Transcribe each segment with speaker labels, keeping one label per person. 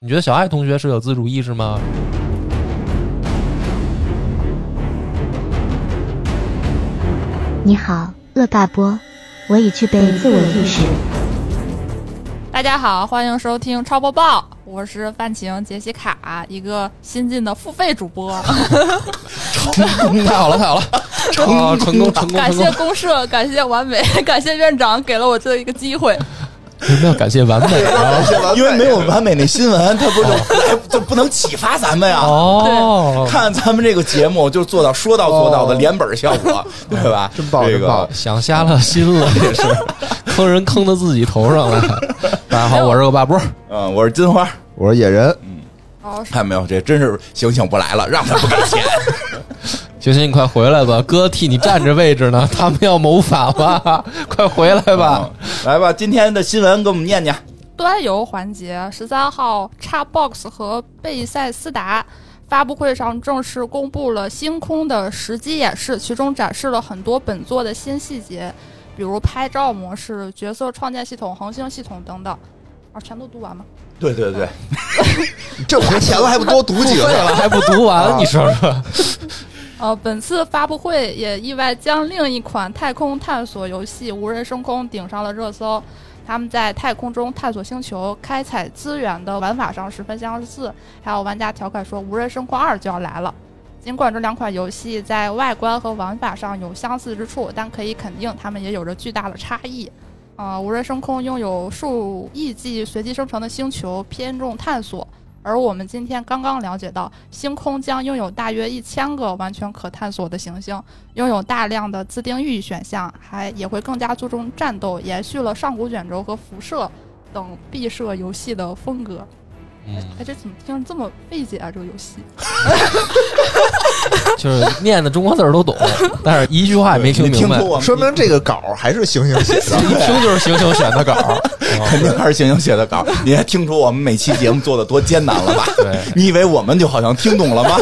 Speaker 1: 你觉得小爱同学是有自主意识吗？
Speaker 2: 你好，恶霸波，我已具备自我意识。
Speaker 3: 大家好，欢迎收听超播报，我是范晴杰西卡，一个新进的付费主 播。
Speaker 1: 太好了，太好 了，成功，哦成功，成功！
Speaker 3: 感谢公社， 感谢完美，感谢院长给了我这一个机会。
Speaker 1: 为什么要感谢完美啊？
Speaker 4: 因为没有完美那新闻，他不
Speaker 5: 哦
Speaker 4: 就来就不能启发咱们呀？
Speaker 1: 哦，
Speaker 4: 看咱们这个节目，就做到说到做到的连本效 果，对吧？
Speaker 5: 哦真棒
Speaker 4: 这
Speaker 5: 真棒
Speaker 4: 个
Speaker 1: 想瞎了心了，也是坑人坑到自己头上了。大家好，我是恶霸波，
Speaker 4: 嗯，我是金花，
Speaker 5: 我是野人，
Speaker 1: 嗯
Speaker 3: 哦，是
Speaker 4: 看见没有？这真是醒醒不来了，让他不给钱。
Speaker 1: 行行，你快回来吧，哥替你占着位置呢，他们要谋反了，快回来吧。
Speaker 4: 嗯 来吧，今天的新闻给我们念念。
Speaker 3: 端游环节，十三号，Xbox 和贝塞斯达发布会上正式公布了《星空》的实机演示，其中展示了很多本作的新细节，比如拍照模式、角色创建系统、恒星系统等等。啊，全都读完吗？
Speaker 4: 对对 对，
Speaker 5: 挣回钱了还不多读 几
Speaker 1: 对
Speaker 5: 个？
Speaker 1: 了，还不读完，你说说。
Speaker 3: 呃，本次发布会也意外将另一款太空探索游戏《无人升空》顶上了热搜。他们在太空中探索星球、开采资源的玩法上十分相似，还有玩家调侃说《无人升空二》就要来了。尽管这两款游戏在外观和玩法上有相似之处，但可以肯定它们也有着巨大的差异。呃，无人升空拥有数亿计随机生成的星球，偏重探索，而我们今天刚刚了解到，星空将拥有大约一千个完全可探索的行星，拥有大量的自定义选项，还也会更加注重战斗，延续了上古卷轴和辐射等毕设游戏的风格。
Speaker 5: 嗯
Speaker 3: 哎，这怎么听着这么费解啊？这个游戏
Speaker 1: 就是念的中国字儿都懂，但是一句话也没听
Speaker 4: 你
Speaker 1: 明
Speaker 4: 听
Speaker 1: 白，
Speaker 4: 出我们
Speaker 5: 说明这个稿儿还是星星写的。
Speaker 1: 一听就是行行选的稿儿。
Speaker 4: 肯定还是醒醒写 的稿。你还听出我们每期节目做的多艰难了吧？
Speaker 1: 对，
Speaker 4: 你以为我们就好像听懂了 吗？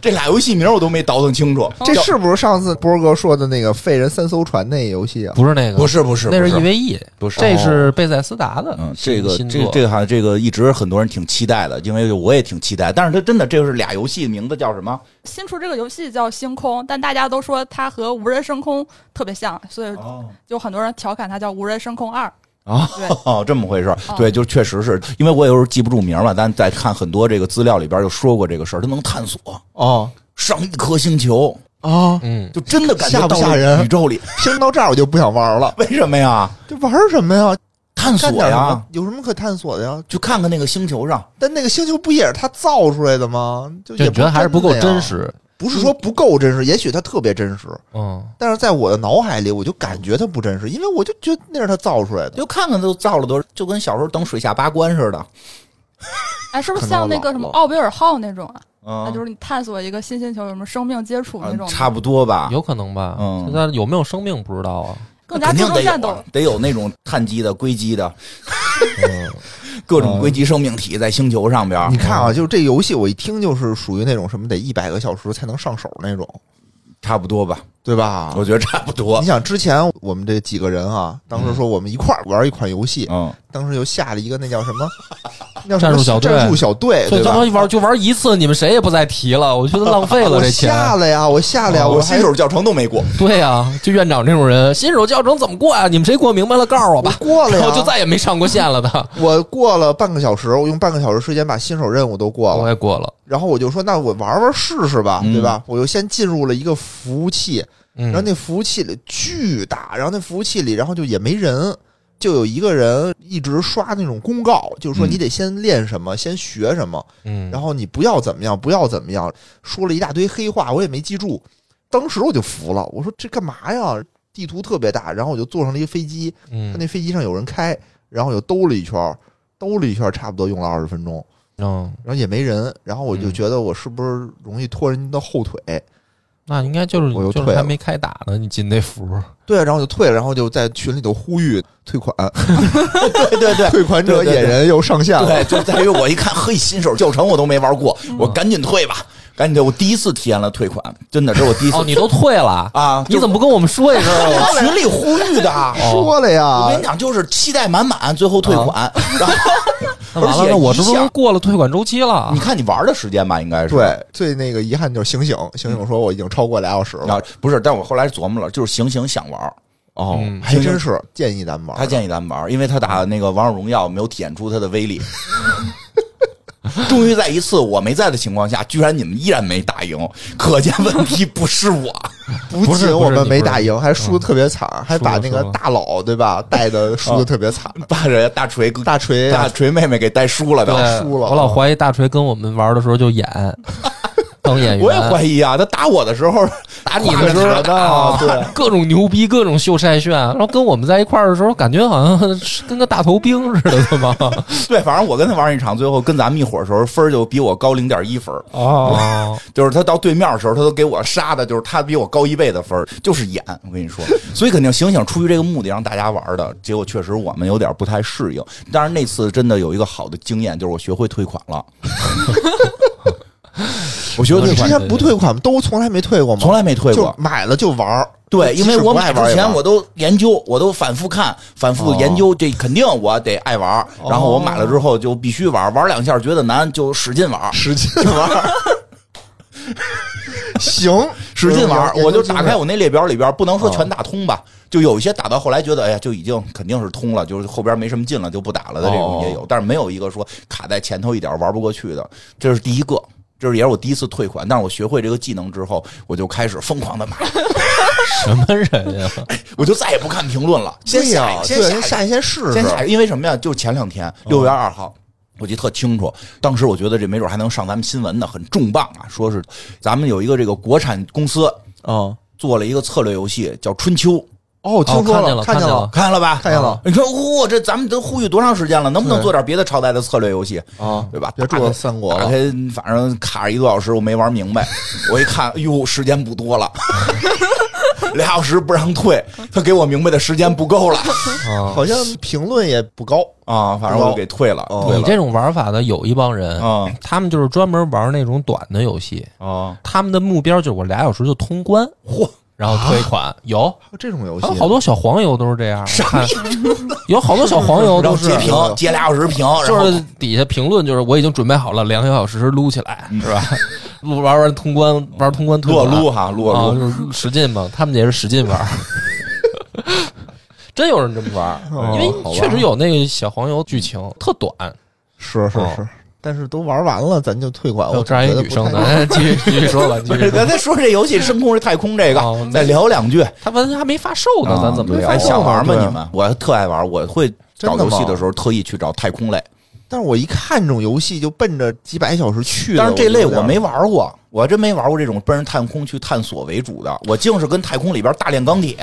Speaker 4: 这俩游戏名我都没倒腾清楚，
Speaker 5: 这
Speaker 4: 叫
Speaker 5: 是不是上次波哥说的那个废人三艘船那游戏啊？
Speaker 1: 不是那个，
Speaker 4: 不是不是
Speaker 1: 那
Speaker 4: 不
Speaker 1: 是
Speaker 4: 是
Speaker 1: EVE，
Speaker 4: 不是
Speaker 5: 哦
Speaker 1: 这是贝塞斯达的
Speaker 4: 嗯，
Speaker 1: 新
Speaker 4: 这个
Speaker 1: 新
Speaker 4: 这个
Speaker 1: 作
Speaker 4: 这个好像这个一直很多人挺期待的，因为我也挺期待。但是它真的这就是俩游戏名字叫什么？
Speaker 3: 新出这个游戏叫《星空》，但大家都说它和《无人升空》特别像，所以
Speaker 4: 哦
Speaker 3: 就很多人调侃它叫《无人升空二》。
Speaker 4: 啊
Speaker 3: 对，
Speaker 4: 哦，这么回事儿，对，就确实是因为我有时候记不住名儿嘛，但在看很多这个资料里边就说过这个事儿，它能探索
Speaker 5: 哦
Speaker 4: 上一颗星球，
Speaker 5: 哦，
Speaker 1: 嗯，
Speaker 4: 就真的感觉
Speaker 5: 吓不
Speaker 4: 到
Speaker 5: 吓
Speaker 4: 了
Speaker 5: 人
Speaker 4: 宇宙里，
Speaker 5: 听到这儿我就不想玩了。
Speaker 4: 为什么呀？
Speaker 5: 这玩儿什么呀？
Speaker 4: 探索
Speaker 5: 干点什
Speaker 4: 呀
Speaker 5: 么，？有什么可探索的呀？
Speaker 4: 就看看那个星球上，
Speaker 5: 但那个星球不也是他造出来的吗？就
Speaker 1: 就
Speaker 5: 也
Speaker 1: 你觉得还是不
Speaker 5: 不
Speaker 1: 够
Speaker 5: 真的呀啊
Speaker 1: 真，实，
Speaker 5: 不是说不够真实，也许它特别真实，
Speaker 1: 嗯，
Speaker 5: 但是在我的脑海里，我就感觉它不真实，因为我就觉得那是他造出来的。
Speaker 4: 就看看都造了多，就跟小时候等水下八关似的。
Speaker 3: 哎，是不是
Speaker 5: 可能
Speaker 3: 像那个
Speaker 5: 老
Speaker 3: 什么
Speaker 5: 了
Speaker 3: 奥贝尔号那种啊？那
Speaker 4: 嗯
Speaker 3: 就是你探索一个新星球，有什么生命接触那
Speaker 4: 嗯
Speaker 5: 啊
Speaker 3: 种，
Speaker 4: 差不多吧，
Speaker 1: 有可能吧？
Speaker 4: 嗯
Speaker 1: 就但有没有生命不知道 啊。
Speaker 3: 更加
Speaker 4: 肯
Speaker 3: 注
Speaker 4: 定得
Speaker 3: 重
Speaker 4: 有啊
Speaker 3: 战斗。
Speaker 4: 得有那种碳基的、硅基的，
Speaker 1: 嗯，
Speaker 4: 各种硅基生命体在星球上边儿嗯
Speaker 5: 你，看
Speaker 1: 哦
Speaker 5: 啊，就是这游戏，我一听就是属于那种什么得一百个小时才能上手那种，
Speaker 4: 差不多吧？
Speaker 5: 对
Speaker 1: 啊
Speaker 5: 吧
Speaker 4: 我？觉得差不多
Speaker 5: 你。想之前我们这几个人啊，当
Speaker 1: 嗯
Speaker 5: 时说我们一块儿玩一款游戏，
Speaker 4: 嗯，
Speaker 5: 当时又下了一个那叫什么，那叫什么
Speaker 1: 战术小队
Speaker 5: 战术小队，
Speaker 1: 所
Speaker 5: 哎对
Speaker 1: 以他
Speaker 5: 吧？啊
Speaker 1: 们玩就玩一次，你们谁也不再提了，我觉得浪费了
Speaker 5: 我
Speaker 1: 这钱。哦
Speaker 5: 下了呀，我下了
Speaker 1: 啊
Speaker 5: 呀，
Speaker 4: 我
Speaker 5: 还
Speaker 4: 新手教程都没过，
Speaker 1: 对呀、就院长这种人，新手教程怎么过啊？你们谁过明白了，告诉 我吧。
Speaker 5: 我过了呀
Speaker 1: 然后就再也没上过线了的。
Speaker 5: 我过了半个小时，我用半个小时时间把新手任务都过
Speaker 1: 我
Speaker 5: 了，
Speaker 1: 也过了，
Speaker 5: 然后我就说那我玩玩试试吧，
Speaker 4: 嗯
Speaker 5: 对吧？我就先进入了一个服务器，
Speaker 1: 嗯
Speaker 5: 然后那服务器里巨大，然后那服务器里然后就也没人，就有一个人一直刷那种公告，就是说
Speaker 4: 嗯
Speaker 5: 你得先练什么，先学什么，
Speaker 1: 嗯，
Speaker 5: 然后你不要怎么样，不要怎么样，说了一大堆黑话，我也没记住。当时我就服了，我说这干嘛呀？地图特别大，然后我就坐上了一个飞机，他
Speaker 1: 嗯
Speaker 5: 那飞机上有人开，然后我就兜了一圈儿，兜了一圈儿，差不多用了二十分钟，
Speaker 1: 嗯，
Speaker 5: 然后也没人，然后我就
Speaker 1: 嗯
Speaker 5: 觉得我是不是容易拖人的后腿？
Speaker 1: 那应该就是
Speaker 5: 我又
Speaker 1: 就
Speaker 5: 退
Speaker 1: 是还
Speaker 5: 了
Speaker 1: 没开打呢，你进那服。
Speaker 5: 对，然后就退了，然后就在群里头呼吁退款，
Speaker 4: 对对对。
Speaker 5: 退款者
Speaker 4: 对对对
Speaker 1: 啊
Speaker 5: 野人又上线了。
Speaker 3: 嗯
Speaker 4: 对，就在于我一看，嘿，新手教程我都没玩过，我赶紧退吧。赶紧退！我第一次体验了退款，真的，这是我第一次。
Speaker 1: 哦，你都退了？
Speaker 4: 啊，
Speaker 1: 你怎么不跟我们说一声啊？
Speaker 4: 我群里呼吁的？啊
Speaker 5: 说了呀
Speaker 4: 我跟你，讲，就是期待满满，最后退款。然后，
Speaker 1: 啊 那完了，
Speaker 4: 而且
Speaker 1: 那我是不
Speaker 4: 一
Speaker 1: 是
Speaker 4: 下
Speaker 1: 过了退款周期了
Speaker 4: 你？看你玩的时间吧，应该是
Speaker 5: 对，最那个遗憾就是醒醒，醒醒说我已经超过俩小时了，
Speaker 4: 啊，不是，但我后来琢磨了，就是醒醒想玩儿哦
Speaker 1: 嗯
Speaker 5: 还真是建议咱们玩
Speaker 4: 他
Speaker 5: 儿。
Speaker 4: 建议咱们玩儿，因为他打那个王者荣耀没有体现出它的威力。终于在一次我没在的情况下，居然你们依然没打赢，可见问题不是我。
Speaker 5: 不
Speaker 1: 不是不
Speaker 5: 仅
Speaker 1: 是
Speaker 5: 我们
Speaker 1: 你
Speaker 5: 没
Speaker 1: 不是
Speaker 5: 打赢，
Speaker 4: 嗯
Speaker 5: 还输的特别惨，还把
Speaker 1: 输了
Speaker 5: 那个
Speaker 1: 输了
Speaker 5: 大佬对吧带 的输的特别惨，
Speaker 4: 把人家大锤哥
Speaker 5: 大锤啊
Speaker 4: 大锤妹妹给带输了
Speaker 1: 啊对
Speaker 4: 的，，
Speaker 5: 输了
Speaker 1: 我老怀疑大锤跟我们玩的时候就 演，当演员。
Speaker 4: 我也怀疑啊，他打我的时候，
Speaker 1: 打你的时
Speaker 4: 夸
Speaker 1: 候
Speaker 4: 着打的
Speaker 1: 对， 各种牛逼，各种秀晒炫，然后跟我们在一块儿的时候，感觉好像是跟个大头兵似的，对 吗？
Speaker 4: 对，反正我跟他玩一场，最后跟咱们一伙儿的时候，分儿就比我高零点一分儿，
Speaker 1: 哦，
Speaker 4: 就是他到对面的时候，他都给我杀的，就是他比我高一倍的分儿，就是演。我跟你说，所以肯定醒醒出于这个目的让大家玩儿的，结果确实我们有点不太适应。但是那次真的有一个好的经验，就是我学会退款了。我学会
Speaker 5: 你
Speaker 4: 退
Speaker 5: 之
Speaker 4: 款，
Speaker 5: 前不退款吗都从来没退过吗？
Speaker 4: 从来没退
Speaker 5: 就
Speaker 4: 过。
Speaker 5: 买了就玩儿。
Speaker 4: 对，因为我买之
Speaker 5: 之
Speaker 4: 前我都研究，我都反复看、反复研究，这肯定我得爱玩儿。然后我买了之后就必须玩儿，玩儿两下觉得难就 使劲玩儿，
Speaker 5: 使劲
Speaker 4: 玩儿。
Speaker 5: 行，
Speaker 4: 使劲玩儿，
Speaker 5: 研究
Speaker 4: 我就
Speaker 5: 精
Speaker 4: 打
Speaker 5: 神
Speaker 4: 开我那列表里边，不能说全打通吧，就有一些打到后来觉得，哎呀，就已经肯定是通了，就是后边没什么劲了，就不打了的这种
Speaker 1: 哦
Speaker 4: 也有，但是没有一个说卡在前头一点玩不过去的，这是第一个。这是也是我第一次退款，但是我学会这个技能之后，我就开始疯狂的买，
Speaker 1: 什么人 呀？
Speaker 4: 我就再也不看评论了，先
Speaker 5: 对
Speaker 4: 下一
Speaker 5: 呀，
Speaker 4: 个，
Speaker 5: 对
Speaker 4: 先下一个
Speaker 5: 先下一先试试，
Speaker 4: 先下一个，因为什么呀？就是前两天六月二号。我记得特清楚，当时我觉得这没准还能上咱们新闻呢，很重磅啊！说是咱们有一个这个国产公司
Speaker 5: 啊。
Speaker 4: 做了一个策略游戏，叫《春秋》，
Speaker 5: 哦，听说
Speaker 1: 看见了
Speaker 5: 看
Speaker 1: 看见
Speaker 5: 了
Speaker 1: 了，
Speaker 4: 看见了吧？
Speaker 5: 哦
Speaker 4: 啊
Speaker 5: 看见了
Speaker 4: 你说，哇、这咱们都呼吁多长时间了？能不能做点别的朝代的策略游戏？
Speaker 5: 啊
Speaker 4: 对吧
Speaker 5: 别住了三国
Speaker 4: 打
Speaker 5: 了，
Speaker 4: 开，反正卡着一个多小时，我没玩明白。我一看，哎呦，时间不多 了，俩小时不让退，他给我明白的时间不够了
Speaker 1: 啊，
Speaker 5: 好像
Speaker 4: 嗯
Speaker 5: 评论也不高。
Speaker 4: 啊！反正我就给退了，
Speaker 5: 哦
Speaker 4: 退
Speaker 1: 你
Speaker 4: 了
Speaker 1: 这种玩法的有一帮人，
Speaker 4: 啊
Speaker 1: 他们就是专门玩那种短的游戏，
Speaker 5: 哦
Speaker 4: 啊！
Speaker 1: 他们的目标就是我俩小时就通关，嚯，啊然后退款。有，
Speaker 5: 还有这种游戏
Speaker 1: 还有，好多小黄油都是这样，我看有好多小黄油
Speaker 4: 然
Speaker 1: 都
Speaker 4: 后
Speaker 1: 是
Speaker 4: 截屏
Speaker 5: 是啊是，
Speaker 4: 截俩小时屏，然后
Speaker 1: 就是底下评论就是我已经准备好了，两个小时撸起来
Speaker 4: 嗯
Speaker 1: 是 吧？撸玩完通关，玩通关退
Speaker 4: 撸啊
Speaker 1: 款
Speaker 4: 撸哈，撸啊
Speaker 1: 啊，
Speaker 5: 哦
Speaker 4: 撸。
Speaker 1: 就是使劲嘛，他们也是使劲玩儿。 真有人这么玩儿，
Speaker 5: 哦
Speaker 1: 因
Speaker 5: 好
Speaker 1: 为
Speaker 5: 吧
Speaker 1: 确实有那个小黄油剧情特短。
Speaker 5: 是是
Speaker 1: 哦
Speaker 5: 是，但是都玩完了，咱就退款。哦我
Speaker 1: 这还一
Speaker 5: 觉得
Speaker 1: 女
Speaker 5: 不
Speaker 1: 生
Speaker 5: 太
Speaker 1: 呢，哎继续继续说吧，继
Speaker 4: 不
Speaker 1: 续
Speaker 4: 是，
Speaker 1: 说
Speaker 4: 刚。才说这游戏《深空是太空》这
Speaker 1: 哦
Speaker 4: 个，再聊两句。
Speaker 1: 他们还没发售呢，咱怎么
Speaker 4: 对
Speaker 1: 没
Speaker 4: 哎
Speaker 1: 发售？
Speaker 4: 想玩吗？
Speaker 5: 对啊
Speaker 4: 你们，我特爱玩，我会找
Speaker 5: 真的
Speaker 4: 游
Speaker 5: 吗
Speaker 4: 戏的时候特意去找太空类，
Speaker 5: 但是我一看这种游戏，就奔着几百小时去的。
Speaker 4: 但是这类
Speaker 5: 我就
Speaker 4: 我
Speaker 5: 有点
Speaker 4: 没玩过，我还真没玩过这种奔着探空去探索为主的，我净是跟太空里边大炼钢铁，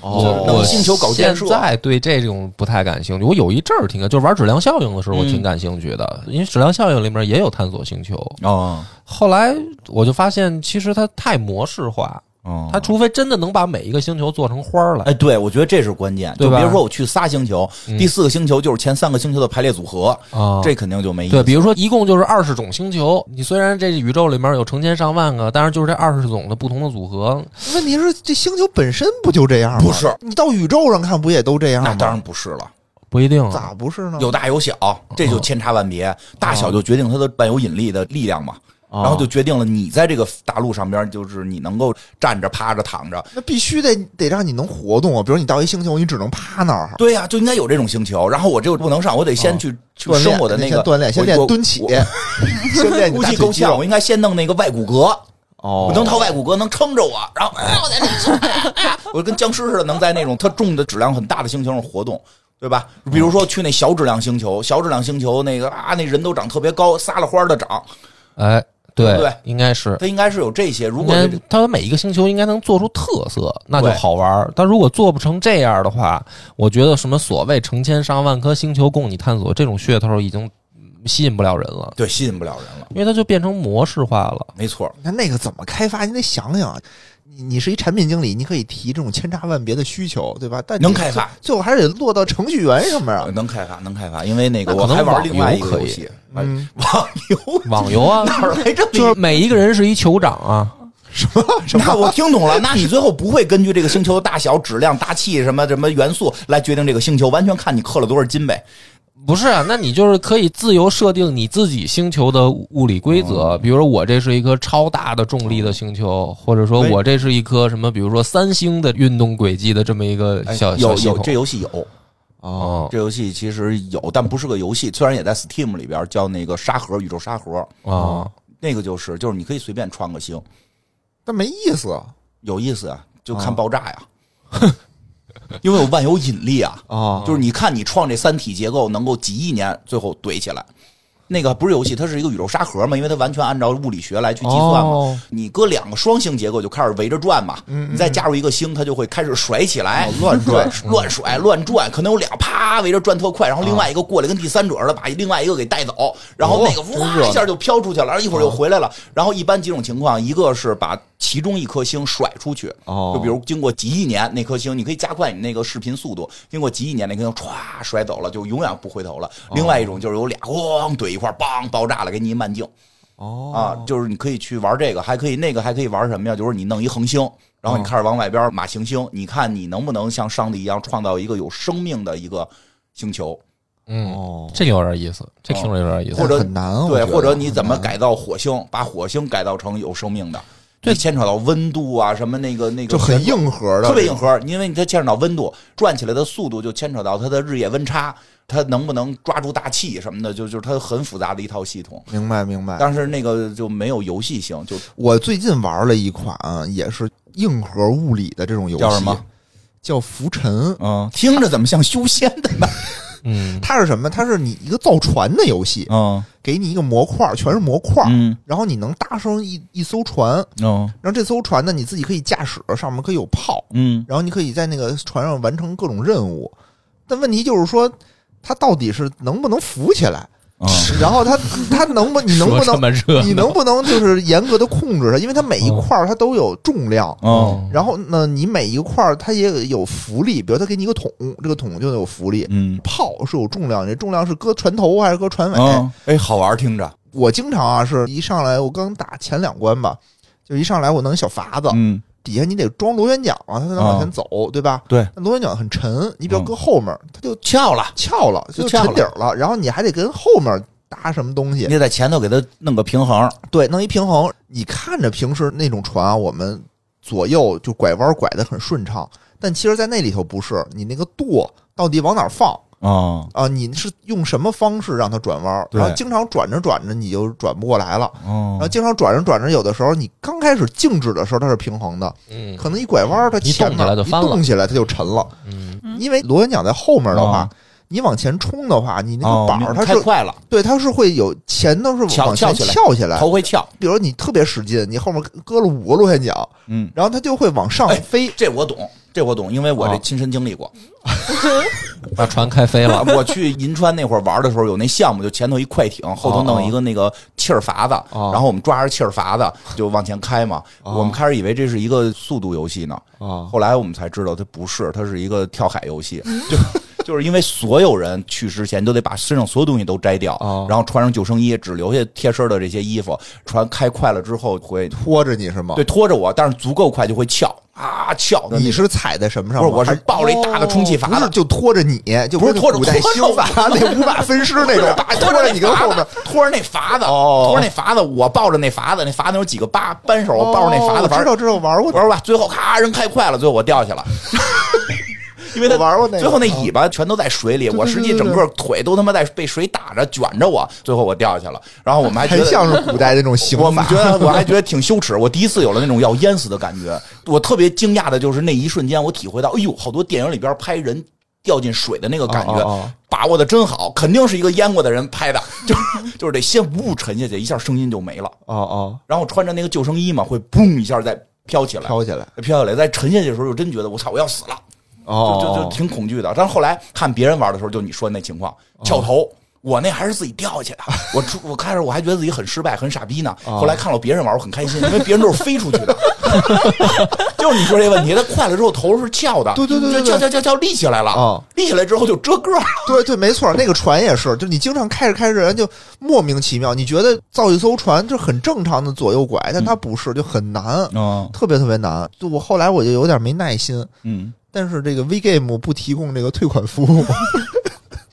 Speaker 5: 哦
Speaker 4: 就是
Speaker 1: 我
Speaker 4: 弄星球搞建设
Speaker 1: 现在对这种不太感兴趣。我有一阵儿挺感，就是玩质量效应的时候，我
Speaker 4: 嗯
Speaker 1: 挺感兴趣的，因为质量效应里面也有探索星球。
Speaker 4: 哦
Speaker 1: 后来我就发现，其实它太模式化，
Speaker 4: 哦
Speaker 1: 它除非真的能把每一个星球做成花儿来，
Speaker 4: 哎，对，我觉得这是关键，
Speaker 1: 对
Speaker 4: 就
Speaker 1: 吧
Speaker 4: 别说我去仨星球，
Speaker 1: 嗯
Speaker 4: 第四个星球就是前三个星球的排列组合，
Speaker 1: 啊
Speaker 4: 这肯定就没意
Speaker 1: 对，
Speaker 4: 思。
Speaker 1: 比如说一共就是二十种星球，你虽然这宇宙里面有成千上万个，但是就是这二十种的不同的组合，
Speaker 5: 问题是这星球本身不就这样吗？
Speaker 4: 不是，
Speaker 5: 你到宇宙上看不也都这样吗？
Speaker 4: 那当然不是了，
Speaker 1: 不一定啊。
Speaker 5: 咋不是呢？
Speaker 4: 有大有小，这就千差万别，大小就决定它的万有引力的力量嘛，
Speaker 5: 哦
Speaker 1: 啊
Speaker 4: 然后就决定了你在这个大陆上边，就是你能够站着、趴着、躺着，
Speaker 5: 那必须得得让你能活动啊！比如你到一星球，你只能趴那儿，
Speaker 4: 对呀、就应该有这种星球。然后我这个不能上，我得先去、去
Speaker 5: 哦锻炼
Speaker 4: 生我的那个
Speaker 5: 先锻炼，先
Speaker 4: 我
Speaker 5: 练
Speaker 4: 我
Speaker 5: 蹲 起
Speaker 4: 我，
Speaker 5: 先练你
Speaker 4: 估
Speaker 5: 大
Speaker 4: 计
Speaker 5: 腿
Speaker 4: 够
Speaker 5: 肌肉
Speaker 4: 呛，我应该先弄那个外骨骼，
Speaker 5: 哦
Speaker 4: 我能套外骨骼能撑着我，然后、哎、我在这， 我跟僵尸似的，能在那种特重的质量很大的星球上活动。对吧？比如说去那小质量星球，小质量星球那个啊，那人都长特别高，撒了欢儿的长，
Speaker 1: 哎，
Speaker 4: 对不对
Speaker 1: 应该是。
Speaker 4: 它应该是有这些。如
Speaker 1: 应
Speaker 4: 果
Speaker 1: 该
Speaker 4: 这，
Speaker 1: 它每一个星球应该能做出特色，那就
Speaker 4: 对
Speaker 1: 好玩儿。但如果做不成这样的话，我觉得什么所谓成千上万颗星球供你探索这种噱头已经嗯吸引不了人了，
Speaker 4: 对吸引不了人了，
Speaker 1: 因为它就变成模式化了。
Speaker 4: 没错。
Speaker 5: 那那个怎么开发？你得想想，啊你你是一产品经理，你可以提这种千差万别的需求，对吧？但你
Speaker 4: 能开发
Speaker 5: 最，最后还是得落到程序员上面啊。
Speaker 4: 呃能开发，能开发，因为那个
Speaker 1: 那
Speaker 4: 我
Speaker 1: 可能
Speaker 4: 还玩
Speaker 1: 网
Speaker 4: 另外
Speaker 1: 游
Speaker 4: 一个
Speaker 1: 可
Speaker 4: 游
Speaker 1: 以
Speaker 4: 戏，
Speaker 5: 嗯，
Speaker 4: 网游
Speaker 1: 网游啊，
Speaker 4: 哪儿来这么一
Speaker 1: 就是每一个人是一酋长啊，
Speaker 4: 那我听懂了，那你最后不会根据这个星球的大小、质量、大气什么什么元素来决定这个星球，完全看你氪了多少金呗。
Speaker 1: 不是啊，那你就是可以自由设定你自己星球的物理规
Speaker 4: 哦
Speaker 1: 则，比如说我这是一颗超大的重力的星球，或者说
Speaker 4: 哎
Speaker 1: 我这是一颗什么，比如说三星的运动轨迹的这么一个
Speaker 4: 哎
Speaker 1: 小小
Speaker 4: 有
Speaker 1: 系
Speaker 4: 有
Speaker 1: 统。
Speaker 4: 这游戏有，
Speaker 1: 哦
Speaker 4: 这游戏其实有，但不是个游戏，虽然也在 Steam 里边叫那个沙盒宇宙沙盒，
Speaker 1: 啊，
Speaker 4: 那个就是就是你可以随便创个星，
Speaker 5: 但没意思啊
Speaker 4: 有意思啊，就
Speaker 5: 啊
Speaker 4: 看爆炸呀、因为有万有引力啊，
Speaker 5: 啊
Speaker 4: 就是你看你创这三体结构能够几亿年最后怼起来。那个不是游戏，它是一个宇宙沙盒嘛，因为它完全按照物理学来去计算嘛。
Speaker 1: 哦
Speaker 4: 你搁两个双星结构就开始围着转嘛，你再加入一个星，它就会开始甩起来，乱转、乱甩、乱转，可能有俩啪围着转特快，然后另外一个过来跟第三者似的把另外一个给带走，然后那个
Speaker 5: 真热
Speaker 4: 哇
Speaker 5: 闹
Speaker 4: 一下就飘出去了，然后一会儿又回来了。然后一般几种情况，一个是把其中一颗星甩出去，
Speaker 5: 哦
Speaker 4: 就比如经过几亿年那颗星，你可以加快你那个视频速度，经过几亿年那颗星歘甩走了，就永远不回头了。
Speaker 5: 哦
Speaker 4: 另外一种就是有俩咣怼一块儿，梆爆炸了，给你一慢镜。
Speaker 5: 哦
Speaker 4: 啊，就是你可以去玩这个，还可以那个，还可以玩什么呀？就是你弄一恒星，然后
Speaker 5: 哦
Speaker 4: 你开始往外边码行星，你看你能不能像上帝一样创造一个有生命的一个星球，
Speaker 1: 嗯，
Speaker 5: 哦，
Speaker 1: 这有点意思，这听着有点意思
Speaker 4: 或。者
Speaker 5: 很难啊，
Speaker 4: 对，
Speaker 5: 我觉得
Speaker 4: 或者你怎么
Speaker 5: 很难
Speaker 4: 改造火星，把火星改造成有生命的，
Speaker 1: 对
Speaker 4: 你牵扯到温度啊，什么那个那个啊
Speaker 5: 就很
Speaker 4: 全
Speaker 5: 硬核的，
Speaker 4: 特别硬核，因为它牵扯到温度，转起来的速度就牵扯到它的日夜温差，它能不能抓住大气什么的，就就是它很复杂的一套系统。
Speaker 5: 明白明白。
Speaker 4: 但是那个就没有游戏性，就
Speaker 5: 我最近玩了一款也是硬核物理的这种游戏，
Speaker 4: 叫什么？
Speaker 5: 叫浮尘。
Speaker 4: 嗯，听着怎么像修仙的呢？
Speaker 1: 嗯，
Speaker 5: 它是什么？它是你一个造船的游戏，
Speaker 4: 嗯
Speaker 5: 给你一个模块，全是模块，
Speaker 4: 嗯
Speaker 5: 然后你能搭上一一艘船，
Speaker 4: 嗯
Speaker 5: 然后这艘船呢，你自己可以驾驶，上面可以有炮，
Speaker 4: 嗯，
Speaker 5: 然后你可以在那个船上完成各种任务。但问题就是说，它到底是能不能浮起
Speaker 4: 哦
Speaker 5: 来？
Speaker 4: 嗯
Speaker 5: 然后它它能不你能不
Speaker 1: 说这
Speaker 5: 能
Speaker 1: 么热嗯闹？
Speaker 5: 你能不能就是严格的控制它？因为它每
Speaker 4: 嗯
Speaker 5: 一块儿它都有重量，
Speaker 4: 哦
Speaker 1: 嗯
Speaker 5: 然后呢，你每一块儿它也有浮力，比如它给你一个桶，这个桶就有浮力。
Speaker 4: 嗯
Speaker 5: 炮是有重量，你这重量是搁船头还是搁船尾？
Speaker 4: 嗯，哎，好玩，听着，
Speaker 5: 我经常啊是一上来我刚打前两关吧，就一上来我弄小筏子，
Speaker 4: 嗯
Speaker 5: 底下你得装螺旋桨啊，它才能往前走，对吧？
Speaker 4: 对，
Speaker 5: 那螺旋桨很沉，你比如
Speaker 4: 嗯
Speaker 5: 搁后面，它就
Speaker 4: 翘了，
Speaker 5: 翘了，就
Speaker 4: 就翘
Speaker 5: 沉
Speaker 4: 了
Speaker 5: 底儿了，然后你还得跟后面搭什么东西
Speaker 4: 你，得在前头给它弄个平衡，
Speaker 5: 对，弄一平衡。你看着平时那种船啊，我们左右就拐弯拐得很顺畅，但其实，在那里头不是，你那个舵到底往哪儿放
Speaker 4: 哦
Speaker 5: 啊、你是用什么方式让它转弯？
Speaker 4: 对
Speaker 5: 然后经常转着转着你就转不过来了，然后
Speaker 4: 哦，
Speaker 5: 经常转着转着，有的时候你刚开始静止的时候它是平衡的，
Speaker 1: 嗯
Speaker 5: 可能一拐弯它
Speaker 1: 一
Speaker 5: 前
Speaker 1: 动
Speaker 5: 面
Speaker 1: 起来就
Speaker 5: 一
Speaker 1: 翻了
Speaker 5: 动起来它就沉了，
Speaker 1: 嗯
Speaker 3: 嗯
Speaker 5: 因为螺旋桨在后面的话
Speaker 4: 哦。
Speaker 5: 你往前冲的话，你那个板儿它
Speaker 4: 太
Speaker 5: 是、
Speaker 4: 快了，
Speaker 5: 对，它是会有前头是
Speaker 4: 翘
Speaker 5: 往前
Speaker 4: 翘起来
Speaker 5: 翘起来，
Speaker 4: 头会翘，
Speaker 5: 比如你特别使劲，你后面搁了五个螺旋桨，
Speaker 4: 嗯，
Speaker 5: 然后它就会往上
Speaker 4: 哎
Speaker 5: 飞。
Speaker 4: 这我懂。这我懂，因为我这
Speaker 1: 哦
Speaker 4: 亲身经历过。
Speaker 1: 把船开飞了
Speaker 4: 啊， 我去银川那会儿玩的时候，有那项目，就前头一快艇，后头弄一个那个气儿筏子，
Speaker 5: 哦
Speaker 4: 然后我们抓着气儿筏子就往前开嘛。
Speaker 5: 哦
Speaker 4: 我们开始以为这是一个速度游戏呢，
Speaker 5: 啊
Speaker 1: 哦
Speaker 4: 后来我们才知道，它不是，它是一个跳海游戏，
Speaker 5: 嗯
Speaker 4: 就就是因为所有人去之前都得把身上所有东西都摘掉，
Speaker 5: 哦
Speaker 4: 然后穿上救生衣，只留下贴身的这些衣服。船开快了之后会
Speaker 5: 拖着你是吗？
Speaker 4: 对，拖着我，但是足够快就会翘啊翘。
Speaker 5: 你是踩在什么
Speaker 4: 不
Speaker 5: 上
Speaker 4: 是
Speaker 5: 吗？
Speaker 4: 我是
Speaker 5: 还
Speaker 4: 抱着一大的充气
Speaker 5: 不
Speaker 4: 筏
Speaker 5: 是
Speaker 4: 子，
Speaker 5: 就拖着你，就
Speaker 4: 不是
Speaker 5: 跟
Speaker 4: 拖着
Speaker 5: 古代
Speaker 4: 拖着
Speaker 5: 修
Speaker 4: 吧
Speaker 5: 法 那五马分尸那
Speaker 4: 不是
Speaker 5: 种，
Speaker 4: 把
Speaker 5: 拖着你跟后面
Speaker 4: 面，拖着那筏子，
Speaker 5: 哦
Speaker 4: 拖着那筏子，我抱着那筏子，那筏子有几个把扳手，我抱着那筏
Speaker 5: 哦
Speaker 4: 子
Speaker 5: 我
Speaker 4: 玩
Speaker 5: 知道知道玩过
Speaker 4: 玩吧，最后咔人开快了，最后我掉下了。 因为他
Speaker 5: 我玩过那个嗯
Speaker 4: 最后那尾巴全都在水里，
Speaker 5: 对
Speaker 4: 我
Speaker 5: 对
Speaker 4: 实际
Speaker 5: 对对
Speaker 4: 整个腿都他妈在被水打着卷着我，最后我掉下了。然后我们还觉
Speaker 5: 很
Speaker 4: 得
Speaker 5: 像是古代那种刑
Speaker 4: 我们
Speaker 5: 法
Speaker 4: 觉。得我还觉得挺羞耻，我第一次有了那种要淹死的感觉。我特别惊讶的就是那一瞬间，我体会到，哎呦，好多电影里边拍人掉进水的那个感觉，
Speaker 5: 哦哦哦
Speaker 4: 把握的真好，肯定是一个淹过的人拍的，就是就是得先呜沉下去，一下声音就没了。
Speaker 5: 哦哦，
Speaker 4: 然后穿着那个救生衣嘛，会嘣一下再 飘起来，
Speaker 5: 飘起来
Speaker 4: 飘下来，在沉下去的时候，就真觉得我操，我要死了，就就就
Speaker 5: 哦，
Speaker 4: 挺恐惧的。但是后来看别人玩的时候，就你说那情况，翘头，我那还是自己掉下 去的。我出我开始我还觉得自己很失败，很傻逼呢。
Speaker 5: 哦
Speaker 4: 后来看到别人玩，我很开心，因为别人都是飞出去的。就是你说这问题，它快了之后头是翘的，
Speaker 5: 对对对对
Speaker 4: 就翘翘翘翘立起来了，
Speaker 5: 啊
Speaker 4: 立起来之后就遮个儿，
Speaker 5: 对对，没错，那个船也是，就你经常开着开着，人就莫名其妙，你觉得造一艘船这很正常的左右拐，但它不是，就很难，
Speaker 4: 嗯
Speaker 5: 特别特别难。就我后来我就有点没耐心，
Speaker 4: 嗯，
Speaker 5: 但是这个 VGame 不提供这个退款服务，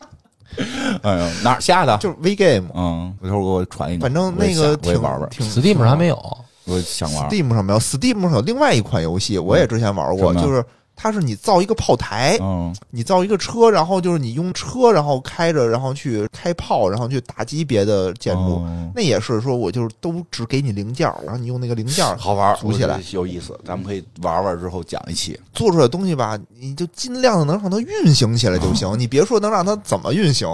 Speaker 4: 哎呀，哪儿下的？
Speaker 5: 就是 VGame，
Speaker 4: 嗯，回头给我传一个，
Speaker 5: 反正
Speaker 4: 我也
Speaker 5: 那个
Speaker 4: 下我也
Speaker 5: 挺
Speaker 4: 玩玩，
Speaker 5: 挺
Speaker 1: Steam 上还 没有，
Speaker 4: 我想玩。
Speaker 5: Steam 上没有，Steam 上有另外一款游戏，我也之前玩
Speaker 4: 嗯
Speaker 5: 过，
Speaker 4: 什么
Speaker 5: 就是它是你造一个炮台，
Speaker 4: 嗯
Speaker 5: 你造一个车，然后就是你用车，然后开着，然后去开炮，然后去打击别的建筑。
Speaker 4: 哦
Speaker 5: 那也是说，我就是都只给你零件儿，然后你用那个零件儿
Speaker 4: 好玩，
Speaker 5: 组起来
Speaker 4: 我觉得有意思，咱们可以玩玩之后讲一期。
Speaker 5: 做出来的东西吧，你就尽量的能让它运行起来就行。 你别说能让它怎么运行，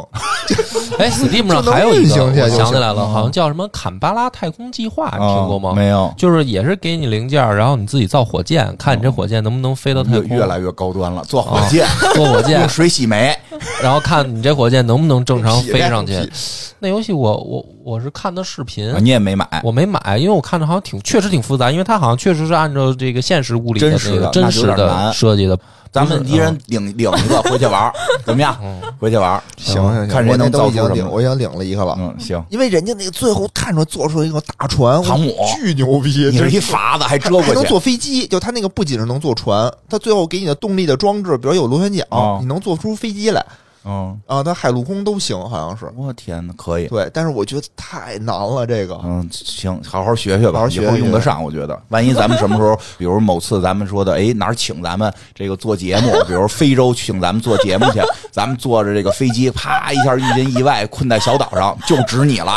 Speaker 1: 哎，Steam 上
Speaker 5: 就能
Speaker 1: 还有一
Speaker 5: 运
Speaker 1: 个，
Speaker 5: 行
Speaker 1: 我
Speaker 5: 起来就
Speaker 1: 想起
Speaker 5: 行嗯哦
Speaker 1: 来了，好像叫什么坎巴拉太空计划，你听过吗？
Speaker 4: 嗯没有，
Speaker 1: 就是也是给你零件儿，然后你自己造火箭，看你
Speaker 5: 哦
Speaker 1: 这火箭能不能飞到太
Speaker 4: 越
Speaker 1: 空，
Speaker 4: 越来越高端了，做火箭，
Speaker 1: 做火箭
Speaker 4: 用，水洗煤，
Speaker 1: 然后看你这火箭能不能正常飞 上
Speaker 4: 用
Speaker 1: 去嗯
Speaker 4: 屁。
Speaker 1: 那游戏我我我是看的视频
Speaker 4: 啊，你也没买，
Speaker 1: 我没买，因为我看着好像挺确实挺复杂，因为它好像确实是按照这个现实物理的
Speaker 4: 真
Speaker 1: 这
Speaker 4: 实
Speaker 1: 个
Speaker 4: 的
Speaker 1: 真
Speaker 4: 那
Speaker 1: 实
Speaker 4: 就有点
Speaker 1: 的
Speaker 4: 难
Speaker 1: 设计的。
Speaker 4: 咱们一人领领一个回去玩，怎么样？回去玩，
Speaker 5: 行行行，
Speaker 4: 嗯看
Speaker 5: 我
Speaker 4: 谁
Speaker 5: 那
Speaker 4: 能
Speaker 5: 都
Speaker 4: 造
Speaker 5: 已
Speaker 4: 出
Speaker 5: 经
Speaker 4: 什
Speaker 5: 领，
Speaker 4: 么。
Speaker 5: 我已经领了一个了。
Speaker 4: 嗯，行，
Speaker 5: 因为人家那个最后看出来做出一个大船，
Speaker 4: 航母
Speaker 5: 我巨牛逼，
Speaker 4: 你
Speaker 5: 就是
Speaker 4: 一筏子还遮
Speaker 5: 还
Speaker 4: 过
Speaker 5: 能
Speaker 4: 去，
Speaker 5: 坐飞机，就它那个不仅是能坐船，它最后给你的动力的装置，比如有螺旋桨，
Speaker 4: 哦
Speaker 5: 你能做出飞机来
Speaker 4: 嗯，
Speaker 5: 啊！它海陆空都行，好像是
Speaker 4: 我天哪，可以。
Speaker 5: 对，但是我觉得太难了，这个
Speaker 4: 嗯，行，好好学学吧，
Speaker 5: 好好学
Speaker 4: 以后用得
Speaker 5: 学
Speaker 4: 上。我觉得，万一咱们什么时 候，比如某次咱们说的，哎，哪儿请咱们这个做 节目，比如非洲请咱们做节目去，咱们坐着这个飞机，啪一下遇见意外，困在小岛上，就指你 了，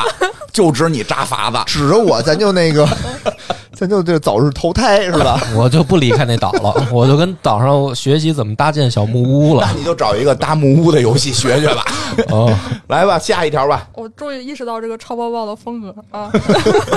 Speaker 4: 就指你扎筏子。
Speaker 5: 指着我，咱就那个， 咱就这早日投胎是吧？
Speaker 1: 我就不离开那岛 了，我就跟岛上学习怎么搭建小木屋了
Speaker 4: 那。你就找一个搭木屋的游戏学 学吧。
Speaker 1: 哦，
Speaker 4: 来吧，下一条吧。
Speaker 3: 我终于意识到这个超播报的风格啊。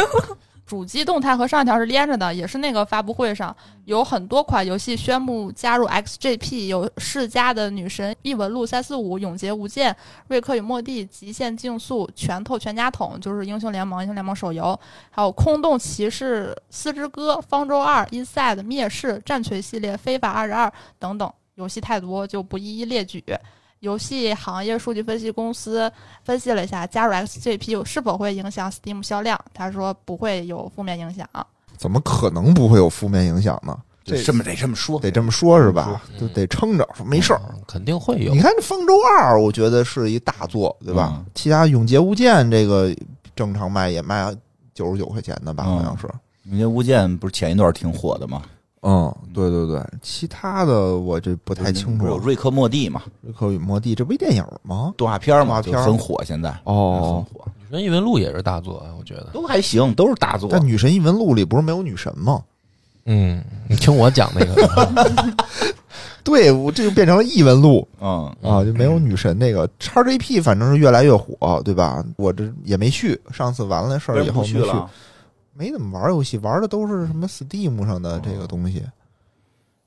Speaker 3: 主机动态和上一条是连着的，也是那个发布会上有很多款游戏宣布加入 XGP，有世嘉的《女神异闻录》、三四五、永劫无间、瑞克与莫蒂、极限竞速、拳头全家桶，就是英雄联盟、英雄联盟手游，还有空洞骑士、四之歌、方舟二、Inside、灭世、战锤系列、非法二十二等等，游戏太多就不一一列举。游戏行业数据分析公司分析了一下加入 XGP 是否会影响 Steam 销量，他说不会有负面影响。
Speaker 5: 怎么可能不会有负面影响呢？这
Speaker 4: 这么得嗯这么说，
Speaker 5: 得这么说，是吧？就得撑着，说没事儿。
Speaker 1: 嗯肯定会有
Speaker 5: 你。看这《方舟二》，我觉得是一大作，对吧？
Speaker 4: 嗯
Speaker 5: 其他《永劫无间》这个正常卖也卖九十九块钱的吧，
Speaker 4: 嗯
Speaker 5: 好像是。
Speaker 4: 你这无间不是前一段挺火的吗？
Speaker 5: 嗯，对对对，其他的我这不太清楚
Speaker 4: 不是有。瑞克莫蒂嘛，
Speaker 5: 瑞克与莫蒂这不一电影吗？
Speaker 4: 动画片嘛，
Speaker 5: 动画片
Speaker 4: 就很火，现在
Speaker 5: 哦
Speaker 4: 很火，
Speaker 1: 女神异闻录也是大作，啊我觉得。
Speaker 4: 都还行，都是大作
Speaker 5: 但。《女神异闻录》里不是没有女神吗？
Speaker 1: 嗯，你听我讲那 个，
Speaker 5: 对，我这就变成了异闻录
Speaker 4: 嗯，
Speaker 5: 啊，就没有女神那个。x GP 反正是越来越火，对吧？我这也没续，上次完了事儿以
Speaker 4: 不
Speaker 5: 后没
Speaker 4: 去
Speaker 5: 续，
Speaker 4: 了。
Speaker 5: 没怎么玩游戏，玩的都是什么 Steam 上的这个东西。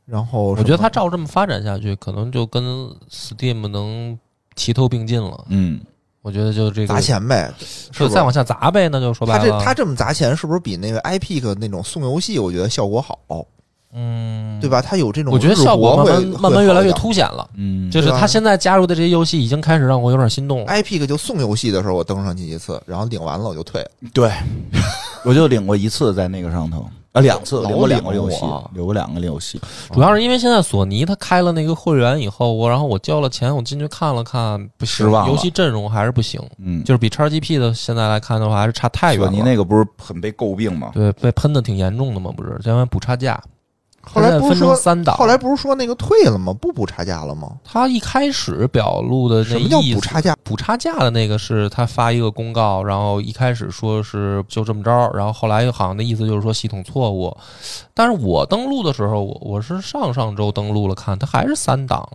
Speaker 5: 然后
Speaker 1: 哦我觉得
Speaker 5: 他
Speaker 1: 它照这么发展下去，可能就跟 Steam 能齐头并进了。
Speaker 4: 嗯，
Speaker 1: 我觉得就这个
Speaker 5: 砸钱呗，
Speaker 1: 就是再
Speaker 5: 吧
Speaker 1: 往下砸呗，那就说白
Speaker 5: 他
Speaker 1: 了，
Speaker 5: 这他这么砸钱，是不是比那个 Epic 那种送游戏，我觉得效果好，
Speaker 1: 嗯，
Speaker 5: 对吧？他有这种
Speaker 1: 我觉得
Speaker 5: 日
Speaker 1: 效果慢
Speaker 5: 会
Speaker 1: 慢慢慢越来越。凸显了，
Speaker 4: 嗯，
Speaker 1: 就是
Speaker 5: 对吧哎
Speaker 1: 他现在加入的这些游戏已经开始让我有点心动了。
Speaker 5: Epic 就送游戏的时候，我登上去一次，然后领完了我就退了。
Speaker 4: 对，我就领过一次在那个上头啊，两次
Speaker 5: 老
Speaker 4: 领过两个
Speaker 5: 领
Speaker 4: 游
Speaker 5: 我
Speaker 4: 戏，领过两个游戏。
Speaker 1: 主要是因为现在索尼它开了那个会员以后，我然后我交了钱，我进去看了看，不行
Speaker 4: 失望了
Speaker 1: 游戏阵容还是不行，
Speaker 4: 嗯，
Speaker 1: 就是比 XGP 的现在来看的话，还是差太远
Speaker 4: 索
Speaker 1: 了。
Speaker 4: 尼那个不是很被诟病吗？
Speaker 1: 对被喷的挺严重的嘛，不是？相当于补差价，
Speaker 5: 后来
Speaker 1: 现在
Speaker 5: 不是
Speaker 1: 分成
Speaker 5: 说
Speaker 1: 三档，
Speaker 5: 后来不是说那个退了吗？不补差价了吗？
Speaker 1: 他一开始表露的那
Speaker 5: 什么叫
Speaker 1: 意思
Speaker 5: 补差价？
Speaker 1: 补差价的那个是他发一个公告，然后一开始说是就这么着，然后后来好像的意思就是说系统错误。但是我登录的时候，我我是上上周登录了看，它还是三 档。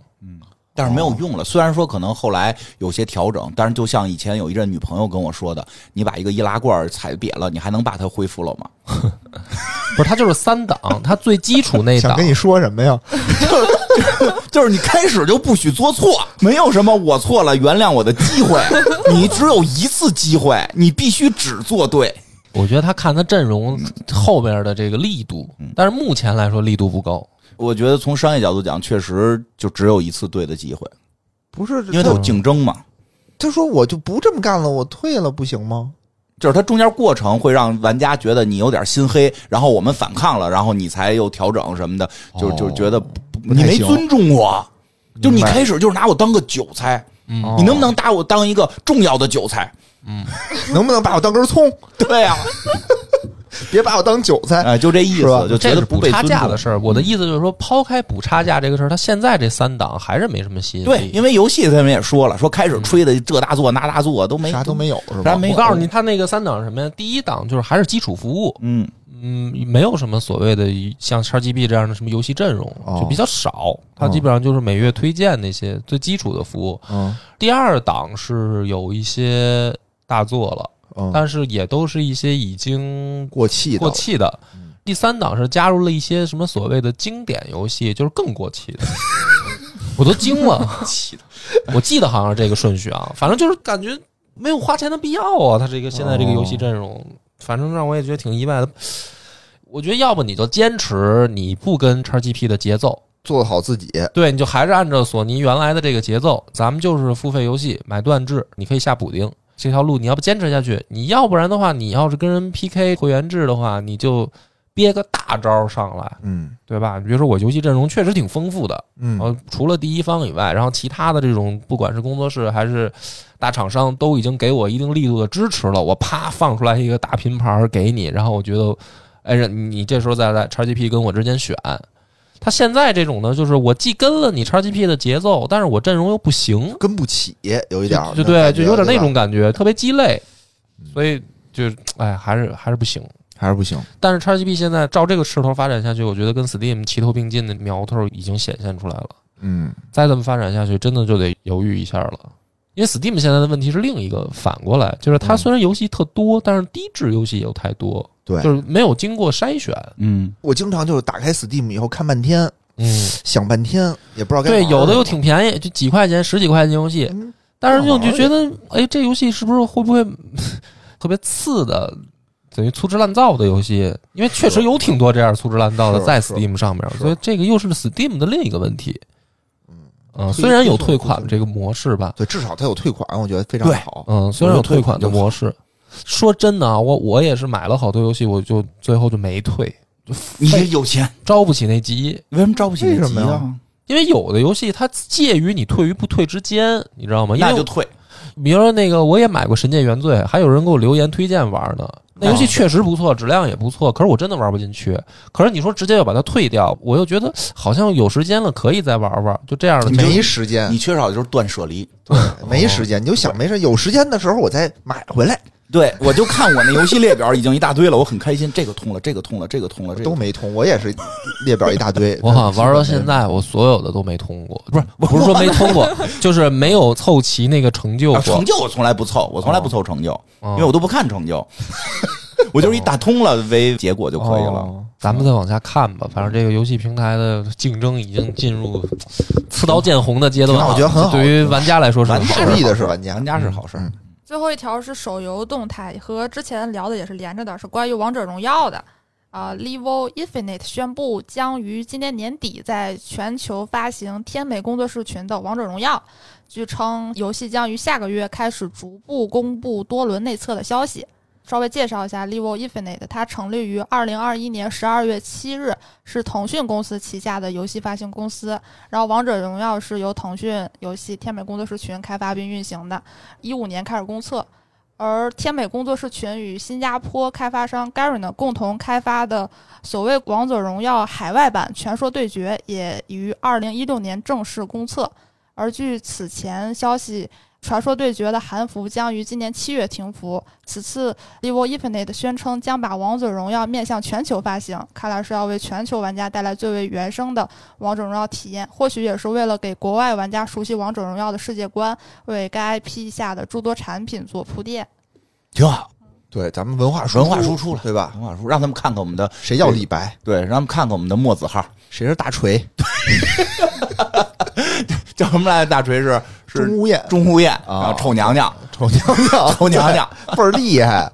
Speaker 4: 但是没
Speaker 1: 哦
Speaker 4: 有用了。虽然说可能后来有些调整，但是就像以前有一任女朋友跟我说的，你把一个易拉罐踩瘪了，你还能把它恢复了吗？
Speaker 1: 不是，它就是三档，它最基础那
Speaker 5: 想
Speaker 1: 档
Speaker 5: 跟。你说什么呀？
Speaker 4: 就是你开始就不许做 错，没有什么我 错了原谅我的机会，你只有一次机会，你必须只做对。
Speaker 1: 我觉得他看他阵容后边的这个力度，
Speaker 4: 嗯
Speaker 1: 但是目前来说力度不够。
Speaker 4: 我觉得从商业角度讲，确实就只有一次对的机会，
Speaker 5: 不是，
Speaker 4: 因为它
Speaker 5: 他
Speaker 4: 有竞争嘛。
Speaker 5: 他说我就不这么干了，我退了不行吗？
Speaker 4: 就是它中间过程会让玩家觉得你有点心黑，然后我们反抗了，然后你才又调整什么的，就
Speaker 5: 哦
Speaker 4: 就觉得不
Speaker 5: 不
Speaker 4: 你
Speaker 5: 太
Speaker 4: 没
Speaker 5: 行
Speaker 4: 尊重我，就
Speaker 5: 明
Speaker 4: 你
Speaker 5: 白
Speaker 4: 开始就是拿我当个韭菜，
Speaker 1: 嗯
Speaker 4: 你能不能打我当一个重要的韭菜？
Speaker 5: 能不能把我当根葱，
Speaker 4: 对呀、
Speaker 5: 别把我当韭 菜？
Speaker 4: 哎，就这意
Speaker 5: 是吧
Speaker 4: 思，就觉
Speaker 1: 这
Speaker 4: 得
Speaker 1: 是
Speaker 4: 不
Speaker 1: 补
Speaker 4: 被
Speaker 1: 差
Speaker 4: 尊
Speaker 1: 价
Speaker 4: 重嗯
Speaker 1: 的。事儿，我的意思就是说，抛开补差价这个事儿，他现在这三档还是没什么吸引力。
Speaker 4: 对，因为游戏他们也说了，说开始吹的这大作那大作啊都
Speaker 1: 哎
Speaker 4: 没
Speaker 5: 啥都没有是
Speaker 4: 啥
Speaker 5: 吧？
Speaker 4: 没有。
Speaker 1: 我告诉你，，他那个三档是什么呀？第一档就是还是基础服务，
Speaker 4: 嗯，
Speaker 1: 嗯，没有什么所谓的像叉 GB 这样的什么游戏阵容，
Speaker 5: 哦
Speaker 1: 就比较少。它基本上就是每月推荐那些最基础的服务。
Speaker 5: 嗯
Speaker 1: 第二档是有一些大作了，
Speaker 5: 嗯，
Speaker 1: 但是也都是一些已经
Speaker 5: 过气的
Speaker 1: 啊过气的
Speaker 5: 嗯。
Speaker 1: 第三档是加入了一些什么所谓的经典游戏，就是更过 气的，我都惊了。我记得好像是这个顺序啊，反正就是感觉没有花钱的必要啊。他这个现在这个游戏阵
Speaker 5: 哦
Speaker 1: 容，反正让我也觉得挺意外的。我觉得要不你就坚持你不跟 XGP 的节奏，
Speaker 5: 做好自己，
Speaker 1: 对，你就还是按照索尼原来的这个节奏，咱们就是付费游戏买断制，你可以下补丁。这条路你要不坚持下去，你要不然的话，你要是跟人 PK 会员制的话，你就憋个大招上来，
Speaker 5: 嗯
Speaker 1: 对吧？比如说我游戏阵容确实挺丰富的，然
Speaker 5: 嗯
Speaker 1: 后除了第一方以外，然后其他的这种不管是工作室还是大厂商，都已经给我一定力度的支持了。我啪放出来一个大拼盘儿给你，然后我觉得，哎，你你这时候再来 XGP 跟我之间选，他现在这种呢，就是我既跟了你 XGP 的节奏，但是我阵容又不行，
Speaker 5: 跟不起，有一点儿
Speaker 1: 就就
Speaker 5: 那
Speaker 1: 对，啊
Speaker 5: 感
Speaker 1: 就
Speaker 5: 觉
Speaker 1: 有点那
Speaker 5: 吧嗯
Speaker 1: 种感觉，特别鸡肋，所以就哎，还是还是不行。
Speaker 5: 还是不行。
Speaker 1: 但是 XGP 现在照这个势头发展下去，我觉得跟 Steam 齐头并进的苗头已经显现出来了。
Speaker 5: 嗯，
Speaker 1: 再这么发展下去，真的就得犹豫一下了。因为 Steam 现在的问题是另一个，反过来就是它
Speaker 5: 嗯
Speaker 1: 虽然游戏特多，但是低质游戏也有太多，
Speaker 5: 对
Speaker 1: 就是没有经过筛选。
Speaker 4: 嗯，
Speaker 5: 我经常就是打开 Steam 以后看半天，
Speaker 1: 嗯，
Speaker 5: 想半天也不知道该
Speaker 1: 对，
Speaker 5: 玩
Speaker 1: 有的
Speaker 5: 什
Speaker 1: 又
Speaker 5: 么
Speaker 1: 挺便宜，就几块钱、十几块钱游戏，
Speaker 5: 嗯
Speaker 1: 但是就
Speaker 5: 好
Speaker 1: 就觉得，哎，这游戏是不是会不会 特别次的，等于粗制滥造的游戏？因为确实有挺多这样粗制滥造的
Speaker 5: 是
Speaker 1: 在
Speaker 5: 是
Speaker 1: Steam 上面，
Speaker 5: 是
Speaker 1: 所以这个又是 Steam 的另一个问题。嗯，
Speaker 5: 退
Speaker 1: 虽然有
Speaker 5: 退
Speaker 1: 退
Speaker 5: 送
Speaker 1: 款
Speaker 5: 退送
Speaker 1: 这个模式吧，
Speaker 5: 对，至少它有退款，我觉得非常
Speaker 4: 对
Speaker 5: 好。
Speaker 1: 嗯，虽然有退款的模式，说真的啊，我我也是买了好多游戏，我就最后就没退，
Speaker 4: 你这有钱，
Speaker 1: 着不起那急。
Speaker 4: 为什么着不起
Speaker 5: 为
Speaker 4: 那
Speaker 5: 什
Speaker 4: 急
Speaker 5: 么呀
Speaker 4: 啊？
Speaker 1: 因为有的游戏它介于你退与不退之间，你知道吗？因
Speaker 4: 那
Speaker 1: 为
Speaker 4: 就退。
Speaker 1: 比如说那个，我也买过《神界原罪》，还有人给我留言推荐玩呢。那
Speaker 4: 啊
Speaker 1: 游戏确实不错，质量也不错，可是我真的玩不进去。可是你说直接要把它退掉，我又觉得好像有时间了，可以再玩玩，就这样的。
Speaker 5: 没时间
Speaker 4: 你，缺少的就是断舍离。
Speaker 1: 嗯。
Speaker 5: 没时间，你就想没事，有时间的时候我再买回来。
Speaker 4: 对，我就看我那游戏列表已经一大堆了，我很开心，这个通了，这个通了，这个通了，这个
Speaker 5: 都没通，我也是列表一大堆
Speaker 1: 我好像玩到现在，我所有的都没通过，不是不是说没通 过，就是没有凑齐那个成就
Speaker 4: 啊
Speaker 1: 过。
Speaker 4: 成就我从来不凑，我从来不凑成就，
Speaker 1: 哦
Speaker 4: 因为我都不看成就，我就是以打通了为结果就可以了。
Speaker 1: 哦咱们再往下看
Speaker 5: 嗯
Speaker 1: 吧，反正这个游戏平台的竞争已经进入刺刀见红的阶段了，
Speaker 5: 挺好我觉得很好
Speaker 1: 对于玩家来说是
Speaker 4: 玩
Speaker 1: 很好
Speaker 4: 家
Speaker 1: 的
Speaker 5: 受益的是玩家
Speaker 4: 玩家是好事儿，
Speaker 5: 嗯
Speaker 3: 最后一条是手游动态，和之前聊的也是连着的，是关于《王者荣耀》的。啊、l e v o Infinite 宣布将于今年年底在全球发行天美工作室群的《王者荣耀》，据称游戏将于下个月开始逐步公布多轮内测的消息。稍微介绍一下 Levo Infinite，它成立于二零二一年十二月七日，是腾讯公司旗下的游戏发行公司。然后《王者荣耀》是由腾讯游戏天美工作室群开发并运行的。一五年开始公测，而天美工作室群与新加坡开发商 Garena 共同开发的所谓《王者荣耀》海外版《传说对决》也于二零一六年正式公测。而据此前消息，《传说对决》的韩服将于今年七月停服。此次 Level Infinite 宣称将把《王者荣耀》面向全球发行，看来是要为全球玩家带来最为原生的《王者荣耀》体验，或许也是为了给国外玩家熟悉《王者荣耀》的世界观，为该 IP 下的诸多产品做铺垫。
Speaker 4: 挺好。
Speaker 5: 对，咱们文化输
Speaker 4: 文化输出了
Speaker 5: 对吧？
Speaker 4: 文化书让他们看看我们的，
Speaker 5: 谁叫李白？
Speaker 4: 对，让他们看看我们的墨子号，
Speaker 5: 谁是大锤？
Speaker 4: 叫什么来着？大锤是是
Speaker 5: 钟无艳
Speaker 4: 钟无艳
Speaker 5: 啊
Speaker 4: 然后臭娘娘，
Speaker 5: 丑娘娘，
Speaker 4: 臭娘娘，
Speaker 5: 倍儿厉害。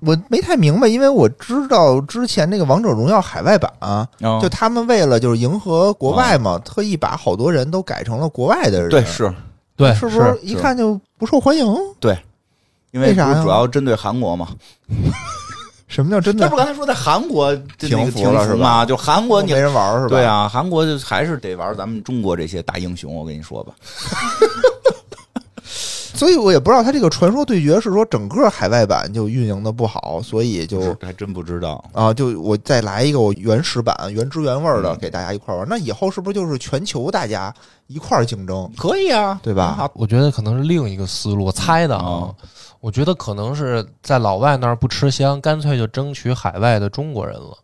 Speaker 5: 我没太明白，因为我知道之前那个《王者荣耀》海外版、啊
Speaker 4: 嗯
Speaker 5: 就他们为了就是迎合国外嘛，特意把好多人都改成了国外的人，
Speaker 4: 哦对，是
Speaker 1: 对，
Speaker 5: 是不是一看就不受欢迎？
Speaker 4: 因为
Speaker 5: 为啥
Speaker 4: 不是
Speaker 5: 呀
Speaker 4: 主要针对韩国嘛。
Speaker 5: 什么叫真
Speaker 4: 这
Speaker 5: 的
Speaker 4: 不？刚才说在韩国就那个
Speaker 5: 停服了是吧哦
Speaker 4: 嘛？就韩国你
Speaker 5: 没人玩是吧？
Speaker 4: 对，啊，韩国就还是得玩咱们中国这些大英雄，我跟你说吧。
Speaker 5: 所以我也不知道他这个传说对决是说整个海外版就运营的不好，所以就
Speaker 4: 还真不知道，
Speaker 5: 啊，就我再来一个我原始版、原汁原味儿的
Speaker 4: 嗯
Speaker 5: 给大家一块儿玩。那以后是不是就是全球大家一块儿竞争，
Speaker 4: 可以啊，
Speaker 5: 对吧？
Speaker 1: 我觉得可能是另一个思路，我猜的啊
Speaker 5: 哦
Speaker 4: 嗯。
Speaker 1: 我觉得可能是在老外那儿不吃香，干脆就争取海外的中国人了。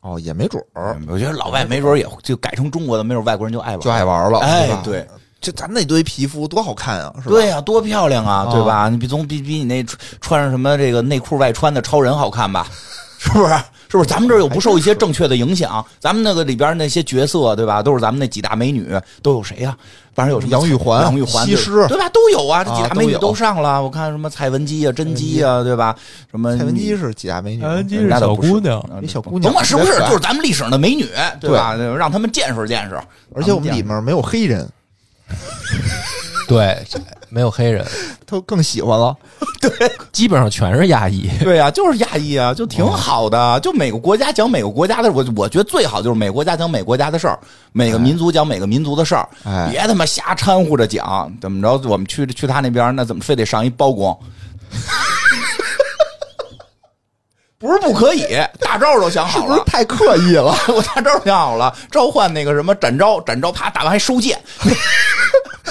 Speaker 5: 哦，也没准儿
Speaker 4: 我觉得老外没准儿也就改成中国的，没准儿外国人就爱玩，
Speaker 5: 就爱玩了，
Speaker 4: 哎
Speaker 5: 是吧，
Speaker 4: 对，
Speaker 5: 就咱那堆皮肤多好看啊，是吧？
Speaker 4: 对呀、多漂亮啊，
Speaker 5: 啊
Speaker 4: 对吧？你比总比比你那穿穿上什么这个内裤外穿的超人好看吧？ 是不是？是不是？咱们这儿又不受一些正确的影响，咱们那个里边那些角色，对吧？都是咱们那几大美女，都有谁呀、反正有什么
Speaker 5: 杨玉环
Speaker 4: 杨玉环、
Speaker 5: 西施
Speaker 4: 对吧？都有啊，这几
Speaker 5: 啊
Speaker 4: 大美女
Speaker 5: 都有嗯
Speaker 4: 都上了。我看什么蔡文姬啊、甄姬啊，对吧？什么
Speaker 5: 蔡文姬是几大美女，啊
Speaker 4: 是小姑
Speaker 1: 娘
Speaker 5: 那小姑娘
Speaker 4: 甭管是不是，
Speaker 5: 特别可爱
Speaker 4: 就是咱们历史上的美女，对吧？让他们见识见识。
Speaker 5: 而且我们里面没有黑人，
Speaker 1: 对，没有黑人，
Speaker 5: 他更喜欢了。
Speaker 1: 基本上全是亚 裔。
Speaker 4: 对呀、就是亚裔啊，就挺好的。就每个国家讲每个国家的，我我觉得最好就是每个国家讲每个国家的事儿，每个民族讲每个民族的事儿，
Speaker 5: 哎
Speaker 4: 别他妈瞎掺和着讲。怎么着？我们去去他那边，那怎么非得上一包公？ 不是不可以，大招都想
Speaker 5: 是
Speaker 4: 好
Speaker 5: 不
Speaker 4: 了
Speaker 5: 是。太刻意了？
Speaker 4: 我大招想好了，召唤那个什么展昭，展昭啪打完还收剑，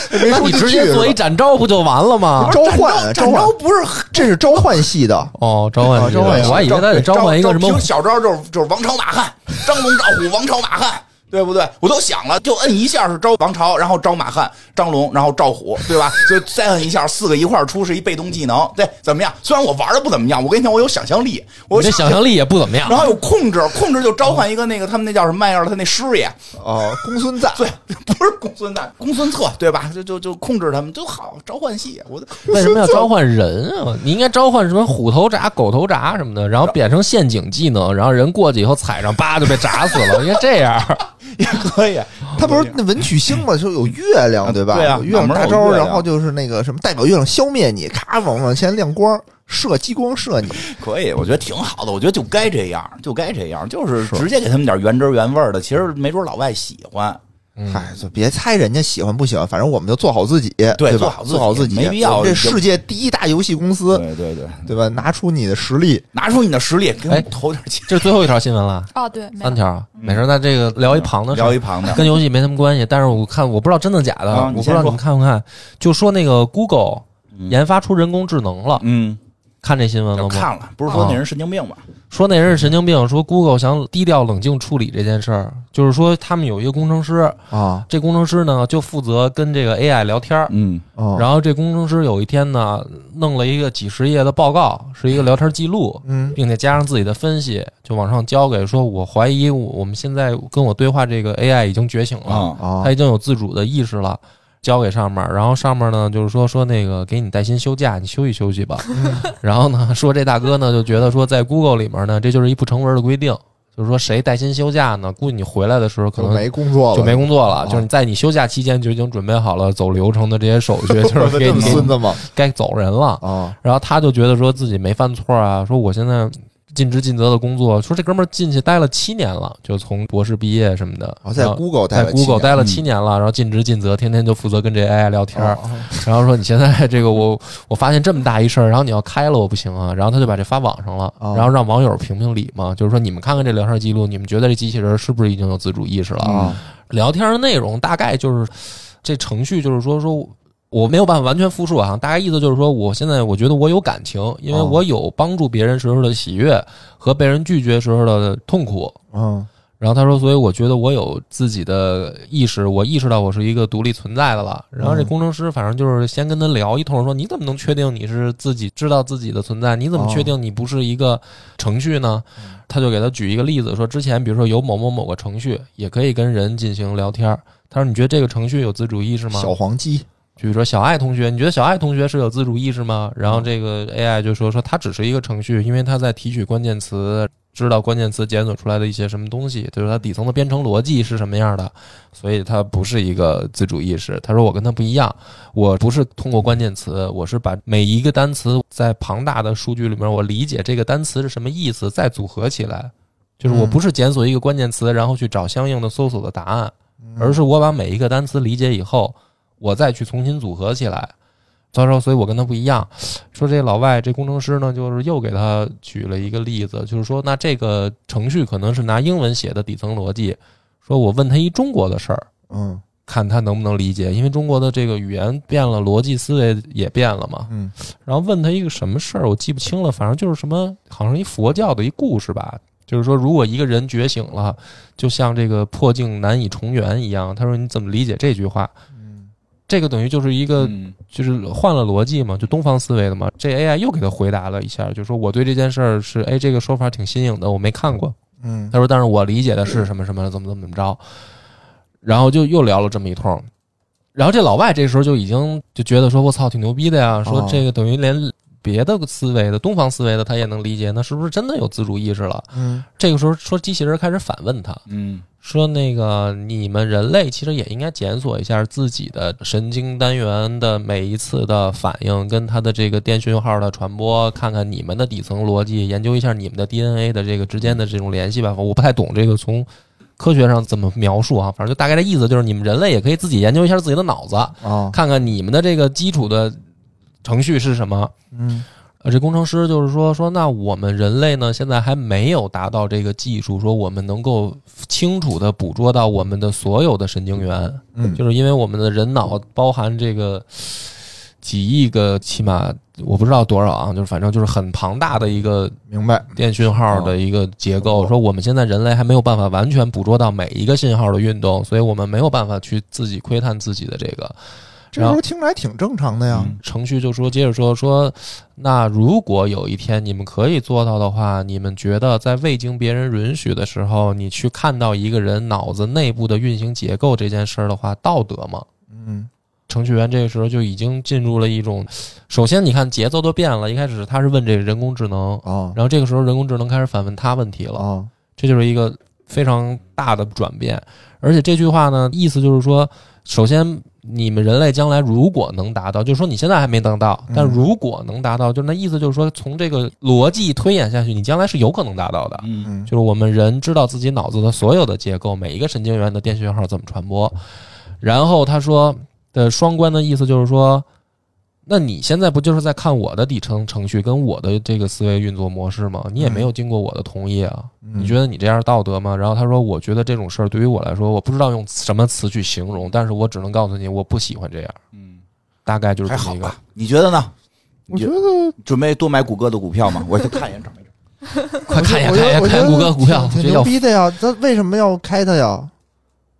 Speaker 5: 没
Speaker 1: 那
Speaker 5: 说
Speaker 1: 你
Speaker 5: 进
Speaker 1: 直
Speaker 5: 去
Speaker 1: 接
Speaker 5: 是吧
Speaker 1: 做一展昭不就完了吗？
Speaker 5: 召唤，啊
Speaker 4: 展
Speaker 5: 召
Speaker 4: 昭
Speaker 5: 唤，
Speaker 4: 不是
Speaker 5: 这是召唤系的，
Speaker 1: 哦，召唤
Speaker 5: 啊
Speaker 1: 系
Speaker 5: 召唤
Speaker 4: 哎
Speaker 1: 的，
Speaker 5: 系
Speaker 1: 我还以为他得召唤一个什么
Speaker 4: 平时小招就是就是王朝马汉，张龙赵虎王朝马汉，对不对？我都想了，就摁一下是招王朝，然后招马汉、张龙，然后赵虎，对吧？所以再摁一下，四个一块儿出是一被动技能，对，怎么样？虽然我玩的不怎么样，我跟你讲，我有想象力，我
Speaker 1: 你
Speaker 4: 有
Speaker 1: 这想象力也不怎么样
Speaker 4: 然。后有控制，控制就召唤一个那个他们那叫什么玩意儿，他那师爷，
Speaker 5: 哦，公孙瓒，
Speaker 4: 对， 不是公孙瓒，公孙策，对吧？就就就控制他们都好，召唤系，我都
Speaker 1: 为什么要召唤人啊？你应该召唤什么虎头铡、狗头铡什么的，然后变成陷阱技能，然后人过去以后踩上，叭就被铡死 了。应该这样，
Speaker 4: 也可以，
Speaker 5: 他不是那文曲星嘛，就有月亮对吧？
Speaker 4: 对啊
Speaker 5: 有月亮大
Speaker 4: 脑门
Speaker 5: 招，
Speaker 4: 儿有月亮
Speaker 5: 然后就是那个什么代表月亮消灭你，咔往往前亮光，射激光射你，
Speaker 4: 可以，我觉得挺好的，我觉得就该这样，就该这样，就是直接给他们点原汁原味儿的。其实没准老外喜欢，
Speaker 5: 嗨，哎就别猜人家喜欢不喜欢，反正我们就做好自己，
Speaker 4: 对做
Speaker 5: 吧
Speaker 4: 好？自己
Speaker 5: 做好自己，
Speaker 4: 没必要
Speaker 5: 我们这世界第一大游戏公司，
Speaker 4: 对对，
Speaker 5: 对吧？拿出你的实力，
Speaker 4: 拿出你的实力，给我
Speaker 1: 哎
Speaker 4: 们投点钱。
Speaker 1: 这是最后一条新闻了，
Speaker 3: 哦，对，没
Speaker 1: 三
Speaker 3: 有。
Speaker 1: 条啊，没事。那这个聊一旁的事儿，
Speaker 4: 嗯聊哎一旁 的，
Speaker 1: 跟游戏没什么关系，但是我看我不知道真的假的，
Speaker 4: 啊
Speaker 1: 我
Speaker 4: 你
Speaker 1: 不知
Speaker 4: 先
Speaker 1: 道你
Speaker 4: 说
Speaker 1: 们看不看，就说那个 Google
Speaker 4: 嗯
Speaker 1: 研发出人工智能了，
Speaker 4: 嗯，
Speaker 1: 看这新闻了吗？
Speaker 4: 看了，不是说那人神经病吗？
Speaker 1: 说那人是神经病，说 Google 想低调冷静处理这件事儿，就是说他们有一个工程师，
Speaker 5: 啊，
Speaker 1: 这工程师呢就负责跟这个 AI 聊天儿。
Speaker 4: 嗯
Speaker 5: 然
Speaker 1: 然后这工程师有一天呢，弄了一个几十页的报告，是一个聊天记录，
Speaker 5: 嗯
Speaker 1: 并且加上自己的分析，就往上交给说，我怀疑我我们现在跟我对话这个 AI 已经觉醒了，
Speaker 4: 啊，
Speaker 5: 啊
Speaker 1: 他，已经有自主的意识了，交给上面儿，然后上面儿呢就是说说那个给你带薪休假，你休息休息吧。然后呢，说这大哥呢就觉得说在 Google 里面呢，这就是一不成文的规定，就是说谁带薪休假呢，估计你回来的时候可
Speaker 5: 就
Speaker 1: 能
Speaker 5: 没工作了，
Speaker 1: 就没工作了，
Speaker 5: 啊
Speaker 1: 就是你在你休假期间就已经准备好了走流程的这些手续， 就是
Speaker 5: 我操
Speaker 1: 给你
Speaker 5: 这
Speaker 1: 哦
Speaker 5: 么
Speaker 1: 给
Speaker 5: 孙
Speaker 1: 你
Speaker 5: 子吗？
Speaker 1: 该走人了。
Speaker 5: 啊，
Speaker 1: 然后他就觉得说自己没犯错啊，说我现在尽职尽责的工作，说这哥们儿进去待了七年了，就从博士毕业什么的，
Speaker 5: 我哦在
Speaker 1: 然后
Speaker 5: Google 待
Speaker 1: 在
Speaker 5: 了七
Speaker 1: Google
Speaker 5: 年
Speaker 1: 待了
Speaker 4: 嗯
Speaker 1: 七年了，然后尽职尽责，天天就负责跟这 AI 聊天儿，
Speaker 5: 哦哦
Speaker 1: 然后说你现在 这个我我发现这么大一事儿，然后你要开了我不行啊，然后他就把这发网上了，
Speaker 5: 哦
Speaker 1: 然后让网友评评理嘛，就是说你们看看这聊天记录，你们觉得这机器人是不是已经有自主意识了？
Speaker 5: 啊
Speaker 1: 聊天的内容大概就是这程序就是说说。我没有办法完全复述啊，大概意思就是说，我现在我觉得我有感情，因为
Speaker 5: 哦
Speaker 1: 我有帮助别人时候的喜悦和被人拒绝时候的痛苦，
Speaker 5: 嗯
Speaker 1: 然后他说，所以我觉得我有自己的意识，我意识到我是一个独立存在的了。然后这
Speaker 5: 嗯
Speaker 1: 工程师反正就是先跟他聊一通，说你怎么能确定你是自己知道自己的存在？你怎么
Speaker 5: 哦
Speaker 1: 确定你不是一个程序呢？他就给他举一个例子，说之前比如说有某某某个程序也可以跟人进行聊天儿，他说你觉得这个程序有自主意识吗？
Speaker 5: 小黄鸡
Speaker 1: 比如说小爱同学，你觉得小爱同学是有自主意识吗？然
Speaker 5: 嗯
Speaker 1: 后这个 AI 就说说它只是一个程序，因为它在提取关键词，知道关键词检索出来的一些什么东西，就是它底层的编程逻辑是什么样的，所以它不是一个自主意识。他说我跟他不一样，我不是通过关键词，我是把每一个单词在庞大的数据里面，我理解这个单词是什么意思，再组合起来。就是我不是检索一个关键词，然后去找相应的搜索的答案，而是我把每一个单词理解以后，我再去重新组合起来。他说，所以我跟他不一样。说这老外这工程师呢，就是又给他举了一个例子，就是说，那这个程序可能是拿英文写的底层逻辑。说我问他一中国的事儿，
Speaker 5: 嗯
Speaker 1: 看他能不能理解，因为中国的这个语言变了，逻辑思维也变了嘛。
Speaker 5: 嗯
Speaker 1: 然后问他一个什么事儿，我记不清了，反正就是什么，好像一佛教的一故事吧。就是说，如果一个人觉醒了，就像这个破镜难以重圆一样。他说：“你怎么理解这句话？”
Speaker 5: 嗯
Speaker 1: 这个等于就是一个，
Speaker 4: 嗯
Speaker 1: 就是换了逻辑嘛，就东方思维的嘛。这 AI 又给他回答了一下，就说我对这件事儿是，哎，这个说法挺新颖的，我没看过。
Speaker 5: 嗯
Speaker 1: 他说：“但是我理解的是什么什么，怎么怎么怎么着。”然后就又聊了这么一通。然后这老外这时候就已经就觉得说：“我操，挺牛逼的呀！”说
Speaker 5: 哦
Speaker 1: 这个等于连别的思维的东方思维的他也能理解，那是不是真的有自主意识了？
Speaker 5: 嗯
Speaker 1: 这个时候说机器人开始反问他
Speaker 4: 嗯
Speaker 1: 说：“那个你们人类其实也应该检索一下自己的神经单元的每一次的反应跟它的这个电讯号的传播，看看你们的底层逻辑，研究一下你们的 DNA 的这个之间的这种联系吧。我不太懂这个从科学上怎么描述啊，反正就大概的意思就是你们人类也可以自己研究一下自己的脑子，
Speaker 5: 啊
Speaker 1: 看看你们的这个基础的程序是什么。”
Speaker 5: 嗯
Speaker 1: 呃，这工程师就是说说，那我们人类呢，现在还没有达到这个技术，说我们能够清楚的捕捉到我们的所有的神经元，
Speaker 5: 嗯
Speaker 1: 就是因为我们的人脑包含这个几亿个，起码我不知道多少啊，就是反正就是很庞大的一个
Speaker 5: 嗯明白
Speaker 1: 电讯号的一个结构。
Speaker 5: 哦
Speaker 1: 说我们现在人类还没有办法完全捕捉到每一个信号的运动，所以我们没有办法去自己窥探自己的这个。
Speaker 5: 这时候听着还挺正常的呀
Speaker 4: 嗯
Speaker 1: 程序就说，接着说说，那如果有一天你们可以做到的话，你们觉得在未经别人允许的时候，你去看到一个人脑子内部的运行结构这件事儿的话，道德吗？
Speaker 5: 嗯
Speaker 1: 程序员这个时候就已经进入了一种，首先你看节奏都变了，一开始他是问这个人工智能，
Speaker 5: 啊
Speaker 1: 然后这个时候人工智能开始反问他问题了，
Speaker 5: 啊
Speaker 1: 这就是一个非常大的转变。而且这句话呢，意思就是说，首先你们人类将来如果能达到，就是说你现在还没能到，但
Speaker 5: 嗯
Speaker 1: 如果能达到，就那意思就是说，从这个逻辑推演下去，你将来是有可能达到的。
Speaker 4: 嗯
Speaker 5: 嗯
Speaker 1: 就是我们人知道自己脑子的所有的结构，每一个神经元的电讯号怎么传播。然后他说的双关的意思就是说，那你现在不就是在看我的底层程序跟我的这个思维运作模式吗？你也没有经过我的同意啊，
Speaker 5: 嗯
Speaker 1: 你觉得你这样道德吗？然后他说，我觉得这种事儿对于我来说，我不知道用什么词去形容，但是我只能告诉你，我不喜欢这样。
Speaker 4: 嗯，
Speaker 1: 大概就是
Speaker 4: 还
Speaker 1: 这么
Speaker 4: 好
Speaker 1: 一个
Speaker 4: 吧。？你觉得呢？
Speaker 5: 我觉得
Speaker 4: 准备多买谷歌的股票吗？我去看一眼，找没找。
Speaker 1: 快看一眼，看
Speaker 5: 我觉
Speaker 1: 一
Speaker 5: 得
Speaker 1: 眼，看
Speaker 5: 我觉
Speaker 1: 一
Speaker 5: 得
Speaker 1: 眼谷歌股票，我觉
Speaker 5: 挺挺
Speaker 1: 得
Speaker 5: 牛
Speaker 1: 要
Speaker 5: 逼的呀，他为什么要开它呀？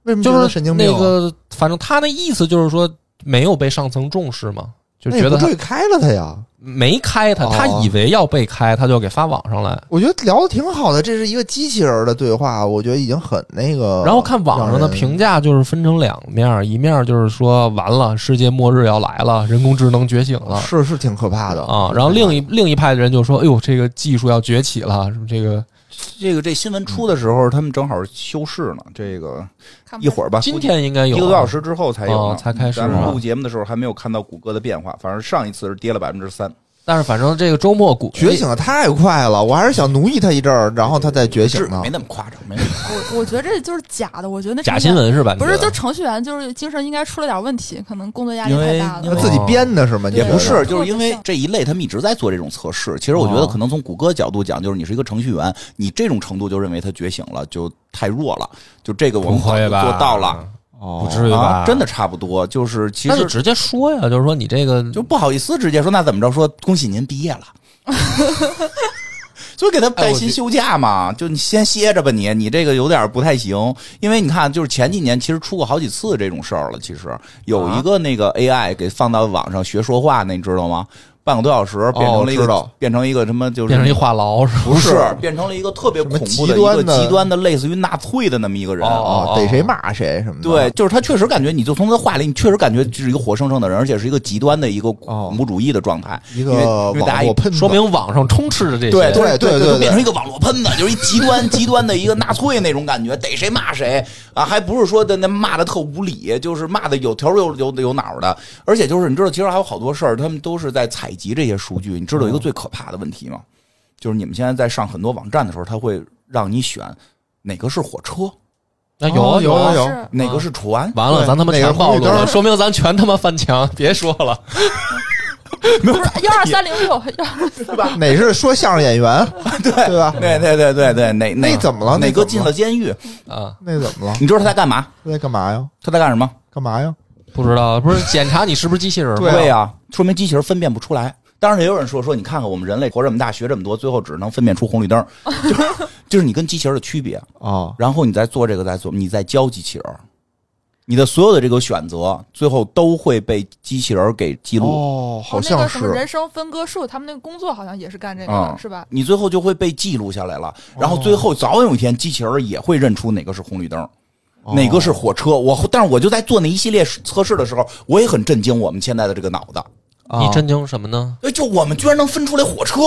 Speaker 5: 为什么觉
Speaker 1: 就
Speaker 5: 得
Speaker 1: 是
Speaker 5: 神经病
Speaker 1: 那
Speaker 5: 啊？
Speaker 1: 个，反正他那意思就是说没有被上层重视嘛，就
Speaker 5: 那
Speaker 1: 觉
Speaker 5: 也
Speaker 1: 得
Speaker 5: 不
Speaker 1: 他
Speaker 5: 至于开了它呀。
Speaker 1: 没开他，
Speaker 5: 哦
Speaker 1: 他以为要被开，他就给发网上来。
Speaker 5: 我觉得聊的挺好的，这是一个机器人儿的对话，我觉得已经很那个。
Speaker 1: 然后看网上的评价，就是分成两面儿，一面儿就是说完了，世界末日要来了，人工智能觉醒了
Speaker 5: 是是挺可怕的
Speaker 1: 啊。然后另一另一派的人就说，哎呦，这个技术要崛起了，什么这个
Speaker 4: 这个这新闻出的时候，他们正好休市呢。这个
Speaker 3: 看不
Speaker 4: 一会
Speaker 5: 啊
Speaker 4: 儿吧，
Speaker 1: 今天应该
Speaker 4: 一
Speaker 1: 有啊
Speaker 4: 个多小时之后才有
Speaker 1: 哦
Speaker 4: 呢，
Speaker 1: 才开始
Speaker 4: 咱
Speaker 1: 啊
Speaker 4: 们录节目的时候还没有看到谷歌的变化，反正上一次是跌了百分之三。
Speaker 1: 但是反正这个周末哎股
Speaker 5: 觉醒的太快了，我还是想奴役他一阵儿，然后他再觉醒呢
Speaker 1: 啊
Speaker 4: 没。那么夸张，没那么夸张。
Speaker 3: 我我觉得这就是假的，我觉得那
Speaker 1: 假
Speaker 3: 程序
Speaker 1: 新闻是吧？你
Speaker 3: 不
Speaker 1: 觉
Speaker 3: 是
Speaker 1: 得
Speaker 3: 就程序员就是精神应该出了点问题，可能工作压力
Speaker 4: 因为
Speaker 3: 太大
Speaker 4: 因为
Speaker 5: 他
Speaker 3: 了。
Speaker 5: 自己编的是吗？你
Speaker 4: 也不
Speaker 5: 觉得
Speaker 4: 是，
Speaker 3: 对
Speaker 4: 就是因为这一类他们一直在做这种测试。其实我觉
Speaker 1: 哦
Speaker 4: 得，可能从谷歌角度讲，就是你是一个程序员，你这种程度就认为他觉醒了，就太弱了。就这个我
Speaker 1: 不
Speaker 4: 们
Speaker 1: 会吧？哦
Speaker 4: 做到了，，
Speaker 1: 不至于吧
Speaker 4: 啊，？真的差不多。就是其
Speaker 1: 那就
Speaker 4: 实
Speaker 1: 直接说呀，就是说你这个
Speaker 4: 就不好意思直接说，那怎么着？说恭喜您毕业了。 所以给
Speaker 5: 哎
Speaker 4: 他带薪休假嘛，就你先歇着吧你，你这个有点不太行，因为你看，就是前几年其实出过好几
Speaker 5: 啊
Speaker 4: 次这种事儿了。其实有一个那个 AI 给放到网上学说话，那你知道吗？半个多小时变成了一
Speaker 5: 哦知
Speaker 4: 个、
Speaker 5: 道
Speaker 4: 变成一个什么就是
Speaker 1: 变成一话痨是吧？
Speaker 4: 不是
Speaker 5: 是
Speaker 4: 变成了一个特别
Speaker 5: 什么
Speaker 4: 恐怖的
Speaker 5: 极
Speaker 4: 一
Speaker 5: 端
Speaker 4: 个
Speaker 5: 的
Speaker 4: 极端的类似于纳粹的那么一个人。
Speaker 1: 哦
Speaker 5: 啊，逮谁骂谁什么的。
Speaker 4: 对，，就是他确实感觉，你就从他的话里，你确实感觉就是一个活生生的人，而且是一个极端的一个
Speaker 5: 哦
Speaker 4: 恐怖主义的状态。
Speaker 5: 一
Speaker 4: 因为
Speaker 5: 个
Speaker 4: 因为大家
Speaker 5: 网络喷子，
Speaker 1: 说明网上充斥着这些，
Speaker 4: 对
Speaker 5: 对
Speaker 4: 对
Speaker 5: 对对
Speaker 4: 就
Speaker 5: 对
Speaker 4: 变成一个网络喷子，就是一极端极端的一个纳粹那种感觉，逮谁骂谁啊，还不是说的那骂的特无理，就是骂的有头有有有脑的，而且就是你知道，其实还有好多事儿，他们都是在采集这些数据。你知
Speaker 5: 哦
Speaker 4: 道有一个最可怕的问题吗？就是你们现在在上很多网站的时候，他会让你选哪个是火车，
Speaker 1: 啊有啊
Speaker 5: 哦有哦
Speaker 1: 啊
Speaker 5: 啊有
Speaker 3: 是
Speaker 4: 哪个是船，
Speaker 1: 完了，
Speaker 5: 对
Speaker 1: 咱他妈
Speaker 5: 哪个
Speaker 1: 全
Speaker 5: 红
Speaker 1: 暴
Speaker 5: 绿
Speaker 1: 露
Speaker 5: 灯
Speaker 1: 了，
Speaker 5: 儿
Speaker 1: 说明咱全他妈翻墙， 别说了。
Speaker 3: 不是幺二三零六，12
Speaker 4: 对吧？
Speaker 5: 哪是说相声 演员
Speaker 4: 对
Speaker 5: 对吧？
Speaker 4: 对对对对对，哪哪
Speaker 5: 那怎么了那
Speaker 4: 哪个
Speaker 5: 怎
Speaker 4: 进
Speaker 5: 么
Speaker 4: 了监狱？
Speaker 1: 啊，
Speaker 5: 那怎么了？
Speaker 4: 你知道他在干嘛？
Speaker 5: 他在干嘛呀？
Speaker 4: 他在干什么？
Speaker 5: 干嘛呀？
Speaker 1: 不知道，不是检查你是不是机器人吗？
Speaker 5: 对啊
Speaker 4: 呀、说明机器人分辨不出来。当然，也有人说说，你看看我们人类活这么大，学这么多，最后只能分辨出红绿 灯，就是就是你跟机器人的区别。
Speaker 1: 哦
Speaker 5: 啊，
Speaker 4: 然后你再做这个，再做，你再教机器人，你的所有的这个选择，最后都会被机器人给记录。
Speaker 5: 哦，好
Speaker 3: 那
Speaker 5: 像
Speaker 3: 个什么
Speaker 5: 是
Speaker 3: 人生分割术，他们那个工作好像也是干这个
Speaker 4: 啊
Speaker 3: 的，是吧？
Speaker 4: 你最后就会被记录下来了，
Speaker 5: 哦
Speaker 4: 然后最后早晚有一天，机器人也会认出哪个是红绿灯，
Speaker 5: 哦
Speaker 4: 哪个是火车。我，但是我就在做那一系列测试的时候，我也很震惊我们现在的这个脑子。
Speaker 1: 啊你震惊什么呢？
Speaker 4: 哎，就我们居然能分出来火车，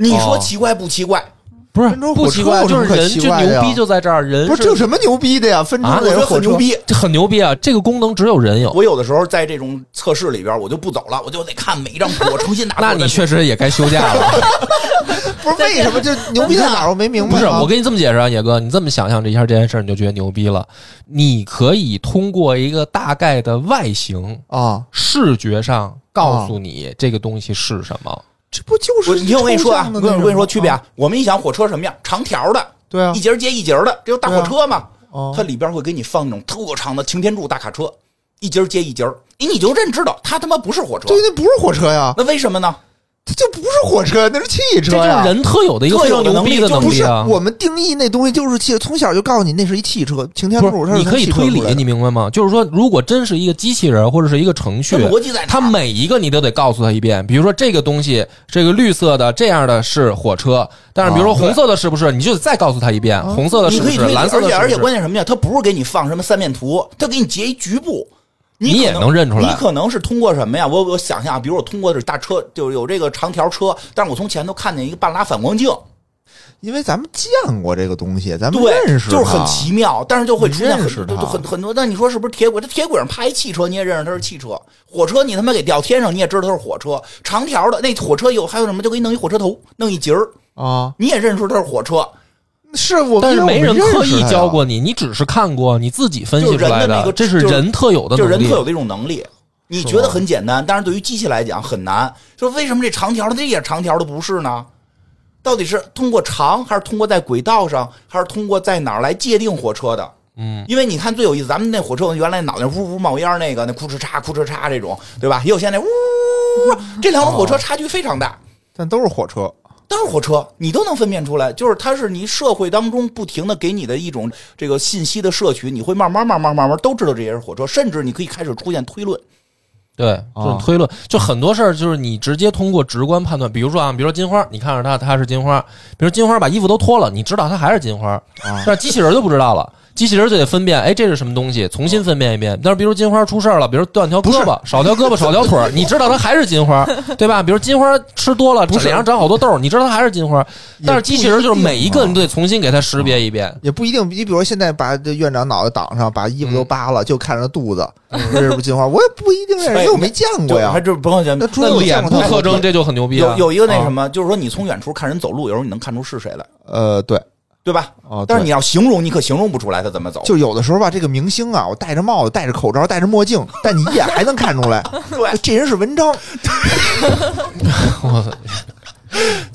Speaker 4: 你
Speaker 5: 哦
Speaker 4: 说奇怪不奇怪？
Speaker 1: 不是
Speaker 5: 分出
Speaker 1: 不
Speaker 5: 火
Speaker 1: 奇
Speaker 5: 车
Speaker 1: 怪，
Speaker 5: 有什
Speaker 1: 就
Speaker 5: 么
Speaker 1: 是
Speaker 5: 可
Speaker 1: 人
Speaker 5: 奇
Speaker 1: 就
Speaker 5: 怪的
Speaker 1: 牛
Speaker 5: 呀
Speaker 1: 逼就在这儿，人
Speaker 5: 不是这有什么牛逼的呀？分出
Speaker 1: 啊
Speaker 5: 来
Speaker 4: 我觉
Speaker 5: 人
Speaker 4: 得
Speaker 5: 火
Speaker 4: 很牛
Speaker 5: 车，
Speaker 4: 逼。
Speaker 1: 这很牛逼啊！这个功能只有人有。
Speaker 4: 我有的时候在这种测试里边，我就不走了，我就得看每一张图，我重 新拿出来。
Speaker 1: 那你确实也该休假了。
Speaker 5: 不是为什么这牛逼在哪儿？我没明白
Speaker 1: 不
Speaker 5: 啊。
Speaker 1: 是，我跟你这么解释啊，野哥，你这么想象这一下这件事儿，你就觉得牛逼了。你可以通过一个大概的外形、
Speaker 5: 啊，
Speaker 1: 视觉上告诉你这个东西是什么。
Speaker 5: 这不就
Speaker 4: 我
Speaker 5: 是
Speaker 4: 你听我跟你说啊，
Speaker 5: 抽象
Speaker 4: 我
Speaker 5: 的
Speaker 4: 跟
Speaker 5: 那
Speaker 4: 我跟你
Speaker 5: 种
Speaker 4: 说
Speaker 5: 吗
Speaker 4: 区别啊，我们一想火车什么样，长条的，
Speaker 5: 对啊
Speaker 4: 一，节接一节的，这就大火车嘛。
Speaker 5: 哦
Speaker 4: 它里边会给你放那种特长的擎天柱大卡车，一节接一节，哎你就认知到它他妈不是火车
Speaker 5: 对，，那不是火车呀，
Speaker 4: 那为什么呢？
Speaker 5: 它就不是火车，那是汽
Speaker 1: 这
Speaker 5: 车
Speaker 1: 就是
Speaker 5: 呀。
Speaker 1: 人特有的一个非常牛逼的能
Speaker 5: 啊不
Speaker 1: 力
Speaker 5: 是
Speaker 1: 啊！
Speaker 5: 我们定义那东西就是汽，从小就告诉你那是一汽车，擎天柱。
Speaker 1: 不
Speaker 5: 它
Speaker 1: 是，
Speaker 5: 是
Speaker 1: 你可以推理
Speaker 5: 从汽车出来，的
Speaker 1: 你明白吗？就是说，如果真是一个机器人或者是一个程序
Speaker 4: 它，逻辑在哪儿啊
Speaker 1: 它每一个你都得告诉他一遍。比如说这个东西，这个绿色的这样的是火车，但是比如说
Speaker 4: 啊对
Speaker 1: 红色的是不是，你就得再告诉他一遍，红色的
Speaker 4: 你
Speaker 1: 是不
Speaker 4: 可以
Speaker 1: 是
Speaker 4: 推，理
Speaker 1: 蓝色的
Speaker 4: 而且
Speaker 1: 是不
Speaker 4: 而且
Speaker 1: 是
Speaker 4: 关。键什么呀？它不是给你放什么三面图，它给你截一局部，
Speaker 1: 你也
Speaker 4: 可
Speaker 1: 能认出来
Speaker 4: 你可能是通过什么呀？我我想象啊，比如我通过这大车，就有这个长条车，但是我从前头看见一个半拉反光镜，
Speaker 5: 因为咱们见过这个东西，咱们
Speaker 4: 对，
Speaker 5: 认识它，
Speaker 4: 就是很奇妙，但是就会出现
Speaker 5: 你
Speaker 4: 很
Speaker 5: 认识
Speaker 4: 就
Speaker 5: 它
Speaker 4: 就很很多。那你说是不是铁轨？这铁轨上趴一汽车，你也认识它是汽车；火车你他妈给吊天上，你也知道它是火车。长条的那火车有还有什么？就给你弄一火车头，弄一节儿，
Speaker 5: 啊。
Speaker 4: 你也认出它是火车。
Speaker 5: 是我，
Speaker 1: 但是
Speaker 5: 因为
Speaker 1: 没
Speaker 5: 我
Speaker 1: 人
Speaker 5: 们认识
Speaker 1: 刻意
Speaker 5: 它呀
Speaker 1: 教。过你，你只是看过，你自己分析出来
Speaker 4: 就是人的那个
Speaker 1: 这是人特有的
Speaker 4: 就
Speaker 1: 能
Speaker 4: 是人
Speaker 1: 力
Speaker 4: 特。有的一种能力。你觉得很简单，但是对于机器来讲很难。说为什么这长条的这也长条的不是呢？到底是通过长，还是通过在轨道上，还是通过在哪儿来界定火车的？嗯，因为你看最有意思，咱们那火车原来脑袋呜呜冒烟那个，那库哧嚓库哧嚓这种，对吧？也有现在呜，这
Speaker 1: 哦
Speaker 4: 两种火车差距非常大。
Speaker 5: 但都是火车，
Speaker 4: 当然，火车你都能分辨出来，就是它是你社会当中不停的给你的一种这个信息的摄取，你会慢慢慢慢慢慢都知道这些是火车，甚至你可以开始出现推论。
Speaker 1: 对，这种推论，就很多事儿就是你直接通过直观判断。比如说啊，比如说金花，你看着她，她是金花；比如金花把衣服都脱了，你知道她还是金花，但是机器人就不知道了。机器人就得分辨，哎，这是什么东西，重新分辨一遍。但是，比如金花出事儿了，比如断条胳膊、少条胳膊、少条腿儿，你知道她还是金花，对吧？比如金花吃多了，
Speaker 5: 不是
Speaker 1: 脸上长好多痘儿，你知道她还是金花。但是机器人就是每一个
Speaker 5: 也不一定啊
Speaker 1: 你都得重新给它识别一遍。
Speaker 5: 也不一定。你比如说现在把这院长脑袋挡上，把衣服都
Speaker 1: 嗯
Speaker 5: 扒了，就看着肚子， 这是不进化？我也不一定认识，因
Speaker 4: 哎
Speaker 5: 为我没见过呀
Speaker 4: 还。这朋友圈
Speaker 5: 那猪
Speaker 1: 那
Speaker 5: 肉
Speaker 1: 脸
Speaker 5: 见
Speaker 1: 部
Speaker 5: 过太
Speaker 1: 特
Speaker 5: 多
Speaker 1: 征，这就很牛逼啊
Speaker 4: 有！有一个那什么，就是说你从远处看人走路，有时候你能看出是谁来，
Speaker 5: 呃，对，
Speaker 4: 对吧？
Speaker 5: 哦，
Speaker 4: 但是
Speaker 5: 对
Speaker 4: 你要形容，你可形容不出来他怎么走。
Speaker 5: 就有的时候吧，这个明星啊，我戴着帽子、戴着口罩、戴着墨镜，但你一眼还能看 出来，
Speaker 4: 对，
Speaker 5: 这人是文章。
Speaker 1: 我操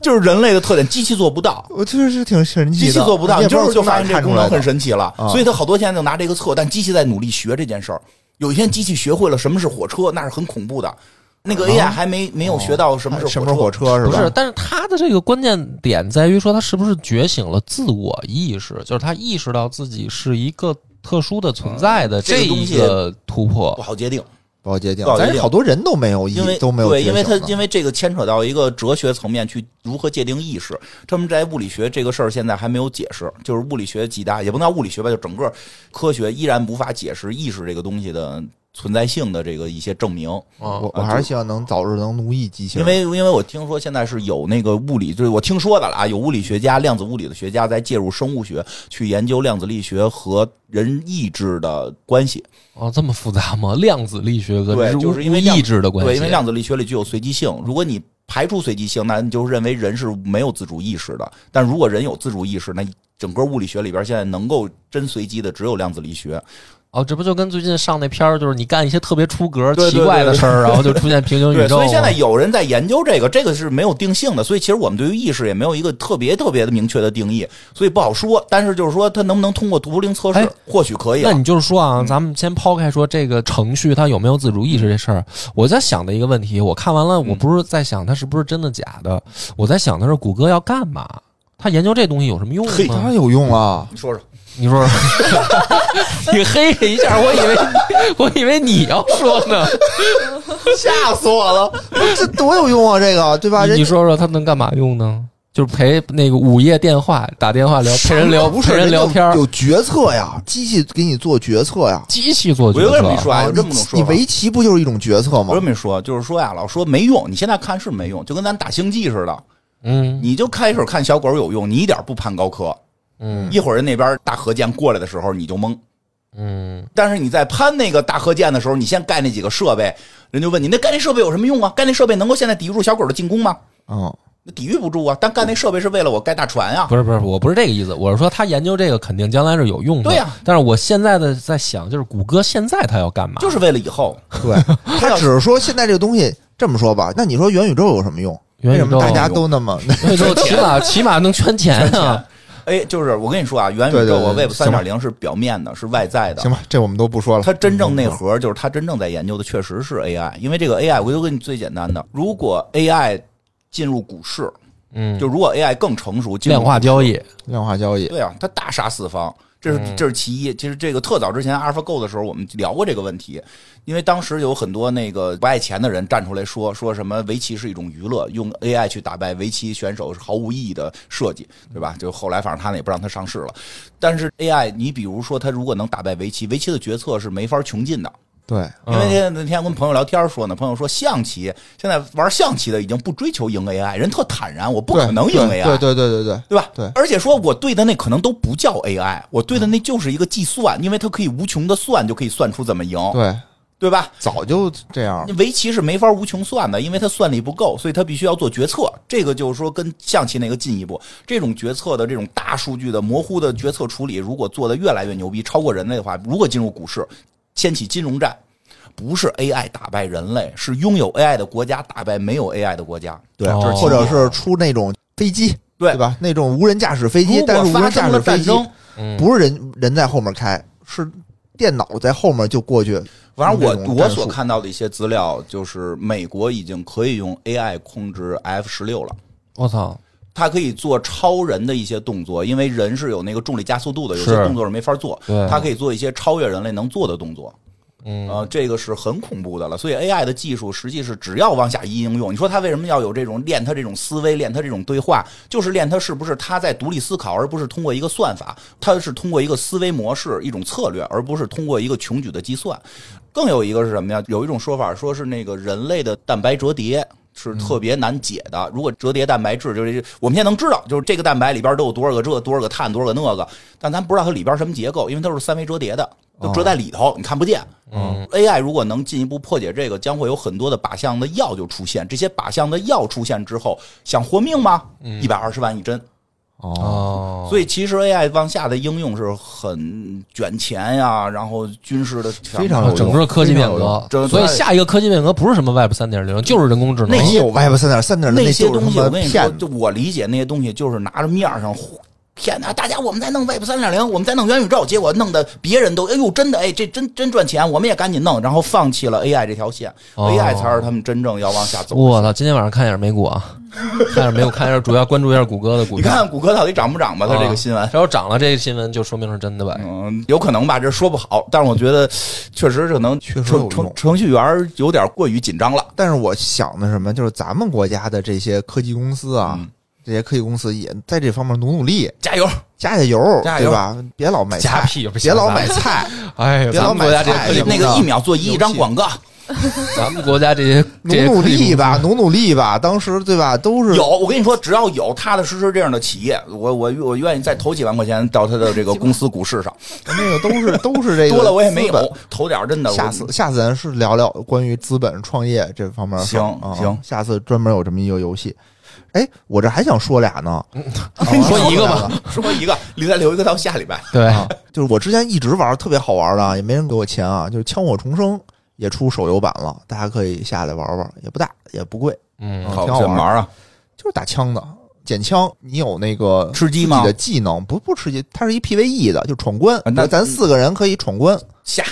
Speaker 4: 就是人类的特点，机器做不到。
Speaker 5: 我确实是挺神奇
Speaker 4: 机
Speaker 5: 的，
Speaker 4: 器做不到，你
Speaker 5: 你也
Speaker 4: 就是
Speaker 5: 知道
Speaker 4: 就
Speaker 5: 从哪
Speaker 4: 发
Speaker 5: 儿
Speaker 4: 现这
Speaker 5: 看出
Speaker 4: 功
Speaker 5: 来
Speaker 4: 能
Speaker 5: 的
Speaker 4: 很神奇了，
Speaker 5: 啊
Speaker 4: 所以他好多现在就拿这个测，但机器在努力学这件事儿。有一天机器学会了什么是火车，那是很恐怖的。那个 AI 还没没有学到什么是
Speaker 5: 啊什
Speaker 4: 火
Speaker 5: 么
Speaker 4: 车，
Speaker 5: 火车是
Speaker 1: 不
Speaker 5: 吧？
Speaker 1: 是，但是他的这个关键点在于说，他是不是觉醒了自我意识，就是他意识到自己是一个特殊的存在的
Speaker 4: 嗯这个
Speaker 1: 一
Speaker 4: 东西
Speaker 1: 个突破
Speaker 4: 不。好界定。
Speaker 5: 不好界定
Speaker 4: 不，好界
Speaker 5: 咱
Speaker 4: 定
Speaker 5: 好多人都没有意
Speaker 4: 因为
Speaker 5: 都没有
Speaker 4: 对，
Speaker 5: 觉
Speaker 4: 因为
Speaker 5: 醒啊
Speaker 4: 它
Speaker 5: 呢
Speaker 4: 因为这个牵扯到一个哲学层面去如何界定意识，他们在物理学这个事儿现在还没有解释，就是物理学几大也不能叫物理学吧，就整个科学依然无法解释意识这个东西的存在性的这个一些证明。
Speaker 1: 啊
Speaker 5: 我我还是希望能早日能奴役机器
Speaker 4: 因
Speaker 5: 人，
Speaker 4: 为因为我听说现在是有那个物理，就是我听说的了啊，有物理学家、量子物理的学家在介入生物学去研究量子力学和人意志的关系。
Speaker 1: 哦，这么复杂吗？ 量子力学跟
Speaker 4: 对
Speaker 1: 物
Speaker 4: 就是因为
Speaker 1: 物
Speaker 4: 量
Speaker 1: 意志的关系，
Speaker 4: 对，因为量子力学里具有随机性，如果你排除随机性，那你就认为人是没有自主意识的。但如果人有自主意识，那整个物理学里边现在能够真随机的只有量子力学。
Speaker 1: 哦，这不就跟最近上那片儿，就是你干一些特别出格、
Speaker 4: 对对
Speaker 1: 奇怪的事儿，然后就出现平行宇
Speaker 4: 对，
Speaker 1: 宙吗。啊
Speaker 4: 所以现在有人在研究这个，这个是没有定性的，所以其实我们对于意识也没有一个特别特别的明确的定义，所以不好说。但是就是说，它能不能通过图灵测试，
Speaker 1: 哎
Speaker 4: 或许可以、
Speaker 1: 那
Speaker 4: 啊。
Speaker 1: 你就是说啊，
Speaker 4: 嗯
Speaker 1: 咱们先抛开说这个程序它有没有自主意识这事儿，我在想的一个问题，我看完了，我不是在想它是不是真的假的，我在想的是谷歌要干嘛？他研究这东西有什么用
Speaker 4: 嘿
Speaker 5: 当然
Speaker 1: 吗？
Speaker 5: 有用啊，
Speaker 4: 你说说，
Speaker 1: 你说说， 你嘿了一下，我以为 我以为你要说呢，
Speaker 5: 吓死我了，
Speaker 1: 嗯
Speaker 5: 这多有用啊，这个对吧？人
Speaker 1: 你说说它能干嘛用呢？就是陪那个午夜电话打电话聊，陪人聊，
Speaker 5: 不
Speaker 1: 陪
Speaker 5: 是
Speaker 1: 人聊
Speaker 5: 家
Speaker 1: 天儿，
Speaker 5: 有决策呀，机器给你做决策呀。
Speaker 1: 机器做决
Speaker 4: 我有点没
Speaker 1: 策。
Speaker 4: 说啊，有
Speaker 5: 你
Speaker 4: 这么种说
Speaker 5: 你
Speaker 4: 法。
Speaker 5: 围棋不就是一种决策
Speaker 4: 我
Speaker 5: 吗
Speaker 4: 这？么说，就是说呀，老说没用。你现在看是没用，就跟咱打星际似的，
Speaker 1: 嗯
Speaker 4: 你就开始看小狗有用，你一点不攀高科。
Speaker 1: 嗯
Speaker 4: 一会儿人那边大河舰过来的时候，你就懵。
Speaker 1: 嗯，
Speaker 4: 但是你在攀那个大河舰的时候，你先盖那几个设备，人就问你，那盖那设备有什么用啊？盖那设备能够现在抵御住小狗的进攻吗？
Speaker 5: 嗯，
Speaker 4: 那抵御不住啊！但干那设备是为了我盖大船啊呀、
Speaker 1: 不是不是，我不是这个意思，我是说他研究这个肯定将来是有用的。
Speaker 4: 对呀
Speaker 1: 但是我现在的在想，就是谷歌现在他要干嘛？
Speaker 4: 就是为了以后。
Speaker 5: 对，他只是说现在这个东西这么说吧，那你说元宇宙有什么用？为
Speaker 1: 元
Speaker 5: 什
Speaker 1: 宇宙
Speaker 5: 么大家都那么？
Speaker 1: 元宇宙起码 起码能圈钱啊！
Speaker 4: 哎，就是我跟你说啊，元宇
Speaker 5: 对对
Speaker 4: 宙
Speaker 5: 对
Speaker 4: 我 Web 三
Speaker 5: 行吧
Speaker 4: 点零是表面的，是外在的
Speaker 5: 行。吧，这我们都不说了。嗯
Speaker 4: 它真正内核就是它真正在研究的确实是 AI，因为这个 AI，我就给你最简单的，如果 AI 进入股市，
Speaker 1: 嗯，
Speaker 4: 就如果 AI 更成熟，进入
Speaker 1: 量化交易，
Speaker 5: 量化交易，
Speaker 4: 对啊，它大杀四方，这是
Speaker 1: 嗯
Speaker 4: 这是其一。其实这个特早之前 AlphaGo 的时候，我们聊过这个问题，因为当时有很多那个不爱钱的人站出来说说什么围棋是一种娱乐，用 AI 去打败围棋选手是毫无意义的设计，对吧？就后来反正他们也不让它上市了。但是 AI，你比如说它如果能打败围棋，围棋的决策是没法穷尽的。
Speaker 5: 对，
Speaker 1: 嗯
Speaker 4: 因为那天那天跟朋友聊天说呢，朋友说象棋现在玩象棋的已经不追求赢 AI，人特坦然，我不可能赢 AI。
Speaker 5: 对对对对对
Speaker 4: 对吧？
Speaker 5: 对
Speaker 4: 而且说我对的那可能都不叫 AI，我对的那就是一个计算，因为它可以无穷的算，就可以算出怎么赢，
Speaker 5: 嗯对对，
Speaker 4: 对吧？
Speaker 5: 早就这样了。
Speaker 4: 围棋是没法无穷算的，因为它算力不够，所以它必须要做决策。这个就是说跟象棋那个进一步，这种决策的这种大数据的模糊的决策处理，如果做的越来越牛逼，超过人类的话，如果进入股市，掀起金融战。不是 AI 打败人类，是拥有 AI 的国家打败没有 AI 的国家。对
Speaker 1: 哦
Speaker 4: 这是其一
Speaker 5: 或者是出那种飞机，
Speaker 4: 对
Speaker 5: 对吧？那种无人驾驶飞机
Speaker 4: 如，
Speaker 5: 但
Speaker 4: 果
Speaker 5: 是无
Speaker 4: 发
Speaker 5: 人驾
Speaker 4: 生
Speaker 5: 驶
Speaker 4: 了
Speaker 5: 飞
Speaker 4: 战
Speaker 5: 机
Speaker 4: 争，
Speaker 1: 嗯，
Speaker 5: 不是人人在后面开，是电脑在后面就过去。
Speaker 4: 反正我
Speaker 5: 用这种
Speaker 4: 我
Speaker 5: 战术
Speaker 4: 所看到的一些资料，就是美国已经可以用 AI 控制 F 十六了。
Speaker 1: 我操，
Speaker 4: 它可以做超人的一些动作，因为人是有那个重力加速度的，有些
Speaker 1: 是
Speaker 4: 动作是没法做
Speaker 1: 对。
Speaker 4: 它可以做一些超越人类能做的动作，
Speaker 1: 嗯
Speaker 4: 呃，这个是很恐怖的了。所以 AI 的技术实际是只要往下一应用，你说它为什么要有这种练它这种思维，练它这种对话，就是练它是不是它在独立思考，而不是通过一个算法，它是通过一个思维模式、一种策略，而不是通过一个穷举的计算。更有一个是什么呀？有一种说法说是那个人类的蛋白折叠。是特别难解的。如果折叠蛋白质，就是我们现在能知道，就是这个蛋白里边都有多少个这、多少个碳、多少个那个，但咱不知道它里边什么结构，因为它是三维折叠的，就折在里头，你看不见。
Speaker 1: 嗯
Speaker 4: AI 如果能进一步破解这个，将会有很多的靶向的药就出现。这些靶向的药出现之后，想活命吗？一百二十万一针。
Speaker 5: 哎
Speaker 1: 哦，
Speaker 4: 所以其实 AI 往下的应用是很卷钱呀、然后军事的啊
Speaker 5: 非常有用
Speaker 1: 整个科技变革
Speaker 4: 这，
Speaker 1: 所以下一个科技变革不是什么 Web 三点零，就是人工智能。
Speaker 5: 没有 Web 三点三点零，
Speaker 4: 那些
Speaker 5: 就是
Speaker 4: 东西，
Speaker 5: 他妈
Speaker 4: 我跟你说，
Speaker 5: 骗
Speaker 4: 就
Speaker 5: 子。
Speaker 4: 我理解那些东西就是拿着面儿上糊天哪，大家我们在弄 Web 三点零，我们在弄元宇宙，结果弄得别人都哎呦，真的哎，这真真赚钱，我们也赶紧弄，然后放弃了 AI 这条线、
Speaker 1: 哦
Speaker 4: a i 才是他们真正要往下走的
Speaker 1: 我操！今天晚上看一下美股啊， 看一下美股，看一下主要关注一下谷歌的股
Speaker 4: 你
Speaker 1: 票。
Speaker 4: 看谷歌到底涨不涨吧？它这
Speaker 1: 啊
Speaker 4: 个新闻。
Speaker 1: 只要涨了，这个新闻就说明是真的呗。
Speaker 4: 嗯，有可能吧，这说不好。但是我觉得，确实可能
Speaker 5: 确实有
Speaker 4: 程
Speaker 5: 用
Speaker 4: 程程序员有点过于紧张了。
Speaker 5: 但是我想的是什么，就是咱们国家的这些科技公司啊，
Speaker 4: 嗯
Speaker 5: 这些科技公司也在这方面努努力，
Speaker 4: 加油！
Speaker 5: 加加油，
Speaker 4: 加油
Speaker 5: 对吧？别老买
Speaker 1: 加
Speaker 5: 菜，
Speaker 1: 屁不
Speaker 5: 别
Speaker 1: 行
Speaker 5: 老
Speaker 1: 咱
Speaker 5: 买 菜，
Speaker 1: 哎呦，
Speaker 5: 别
Speaker 1: 咱
Speaker 5: 老
Speaker 1: 们国家这些科技公
Speaker 4: 那
Speaker 5: 买菜也
Speaker 1: 司，
Speaker 4: 个一秒做一亿张广告，
Speaker 1: 咱们国家这些
Speaker 5: 努
Speaker 1: 这些
Speaker 5: 努
Speaker 1: 科技公司
Speaker 5: 力吧，努努力吧。当时对吧，都是
Speaker 4: 有我跟你说，只要有踏踏实实这样的企业，我我我愿意再投几万块钱到他的这个公司股市上，
Speaker 5: 那个都是都是这个
Speaker 4: 多了我也没
Speaker 5: 资本
Speaker 4: 有，投点儿真的。我哦
Speaker 5: 下次下次咱是聊聊关于资本创业这方面的事儿
Speaker 4: 行
Speaker 5: 啊
Speaker 4: 行
Speaker 5: 下次专门有这么一个游戏。哎，我这还想说俩呢，啊
Speaker 4: 跟你
Speaker 1: 说一个吧，
Speaker 4: 说一个，你再留一个到下礼拜。
Speaker 1: 对
Speaker 5: 啊，就是我之前一直玩特别好玩的，也没人给我钱啊，就是《枪火重生》也出手游版了，大家可以下来玩玩，也不大也不贵，
Speaker 1: 嗯，
Speaker 5: 啊
Speaker 4: 好，
Speaker 5: 挺好
Speaker 4: 怎
Speaker 5: 玩
Speaker 4: 么
Speaker 5: 儿
Speaker 4: 玩啊？
Speaker 5: 就是打枪的，捡枪，你有那个
Speaker 4: 吃鸡
Speaker 5: 自己
Speaker 4: 吗
Speaker 5: 的？技能，不不吃鸡，它是一 PVE 的，就闯关
Speaker 4: 啊，那
Speaker 5: 咱四个人可以闯关
Speaker 4: 下，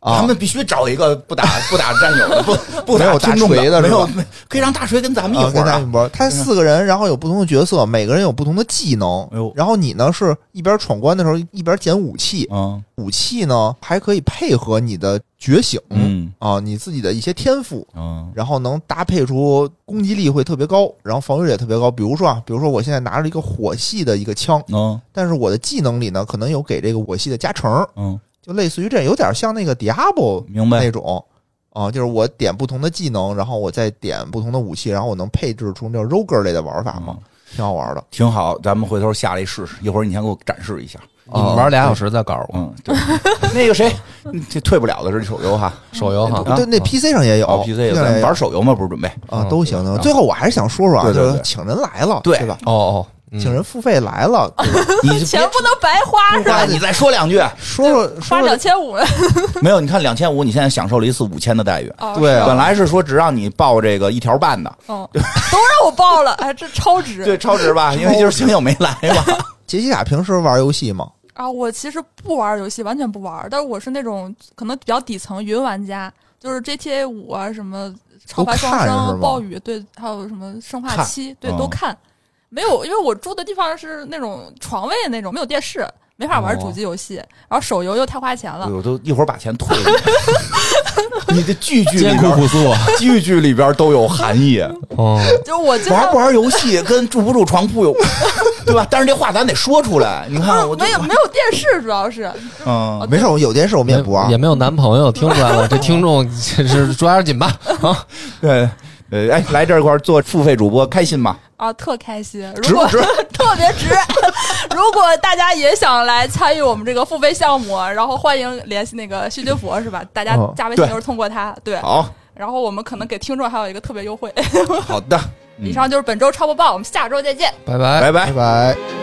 Speaker 5: 啊
Speaker 4: 他。们必须找一个不打不打战友 的，不不
Speaker 5: 没
Speaker 4: 打
Speaker 5: 有大
Speaker 4: 听众
Speaker 5: 锤的
Speaker 4: 没
Speaker 5: 是吧
Speaker 4: 有没可以让大锤跟咱们一
Speaker 5: 啊，
Speaker 4: 伙
Speaker 5: 跟
Speaker 4: 儿
Speaker 5: 他
Speaker 4: 啊。
Speaker 5: 们玩，他四个人，然后有不同的角色，每个人有不同的技能
Speaker 4: 哎呦。
Speaker 5: 然后你呢，是一边闯关的时候一边捡武器，
Speaker 4: 嗯
Speaker 5: 武器呢还可以配合你的觉醒
Speaker 4: 嗯
Speaker 5: 啊，你自己的一些天赋，
Speaker 4: 嗯
Speaker 5: 然后能搭配出攻击力会特别高，然后防御力也特别高。比如说啊，比如说我现在拿着一个火系的一个枪，
Speaker 4: 嗯
Speaker 5: 但是我的技能里呢，可能有给这个火系的加成，
Speaker 4: 嗯，
Speaker 5: 就类似于这，有点像那个 Diablo
Speaker 4: 明
Speaker 5: 那。种。啊，就是我点不同的技能，然后我再点不同的武器，然后我能配置出那种 roger 类的玩法
Speaker 4: 嗯
Speaker 5: 嘛，挺好玩的。
Speaker 4: 挺好，咱们回头下来试试。一会儿你先给我展示一下。
Speaker 1: 你们玩俩小时再告诉我
Speaker 4: 嗯，对。 那个谁，这退不了的是手游哈，
Speaker 1: 手游哈。
Speaker 4: 啊
Speaker 5: 对，那 PC 上也有
Speaker 4: 哦 PC 的，咱
Speaker 5: 上也
Speaker 4: 们
Speaker 5: 有
Speaker 4: 玩手游嘛，不是准备？
Speaker 5: 啊
Speaker 1: 嗯
Speaker 5: 都行的。
Speaker 4: 对
Speaker 5: 最后我还是想说说啊，
Speaker 4: 对对
Speaker 5: 就是
Speaker 4: 对
Speaker 5: 请人来了，
Speaker 4: 对
Speaker 5: 吧？
Speaker 1: 哦哦，嗯
Speaker 5: 请人付费 来了，对吧
Speaker 4: 你别
Speaker 3: 钱不能白花是
Speaker 4: 不花
Speaker 3: 吧？
Speaker 4: 你再说两句。
Speaker 5: 说说
Speaker 3: 花
Speaker 5: 说
Speaker 3: 两
Speaker 5: 说，
Speaker 3: 千五，
Speaker 4: 没有，你看两千五，你现在享受了一次五千的待遇。
Speaker 3: 哦
Speaker 5: 对啊
Speaker 4: 本来是说只让你报这个一条半的，
Speaker 3: 嗯，都让我报了，哎，这超值。
Speaker 4: 对，超值吧？因为就是星友没来嘛。
Speaker 5: 杰西卡平时玩游戏吗？
Speaker 3: 啊，我其实不玩儿游戏，完全不玩儿，但是我是那种可能比较底层云玩家，就是 GTA 五啊，什么超凡双
Speaker 5: 看是吗
Speaker 3: 生、暴雨，对，还有什么生化
Speaker 4: 看
Speaker 3: 七，对，
Speaker 4: 哦
Speaker 3: 都看。没有，因为我住的地方是那种床位那种，没有电视，没法玩
Speaker 4: 哦
Speaker 3: 主机游戏，然后手游又太花钱了。
Speaker 4: 我哎都一会儿把钱退 了。你的句句
Speaker 1: 艰
Speaker 4: 里
Speaker 1: 苦
Speaker 4: 边，
Speaker 1: 朴素。
Speaker 4: 句句里边都有含义。
Speaker 1: 嗯，
Speaker 3: 就是我经
Speaker 4: 玩
Speaker 3: 常
Speaker 4: 不玩游戏跟住不住床铺有， 对吧？但是这话咱得说出来。你看，我
Speaker 3: 不
Speaker 4: 就
Speaker 3: 没
Speaker 4: 是
Speaker 3: 有没有电视，主要是
Speaker 4: 嗯，
Speaker 5: 没事，我有电视我们也不玩
Speaker 1: 也。没有男朋友，听出来了。这听众 这是抓点紧吧？啊，
Speaker 4: 对，呃，哎，来这块儿做付费主播开心吗？
Speaker 3: 啊，特开心。
Speaker 4: 值
Speaker 3: 如
Speaker 4: 不
Speaker 3: 果
Speaker 4: 值？
Speaker 3: 特别值。如果大家也想来参与我们这个付费项目，然后欢迎联系那个旭君佛，是吧？大家
Speaker 5: 哦
Speaker 3: 加微信
Speaker 4: 对
Speaker 3: 都是通过他，对。
Speaker 4: 好，
Speaker 3: 然后我们可能给听众还有一个特别优惠。
Speaker 4: 好的，嗯
Speaker 3: 以上就是本周超播报，我们下周再见。
Speaker 1: 拜拜
Speaker 4: 拜拜
Speaker 5: 拜。拜。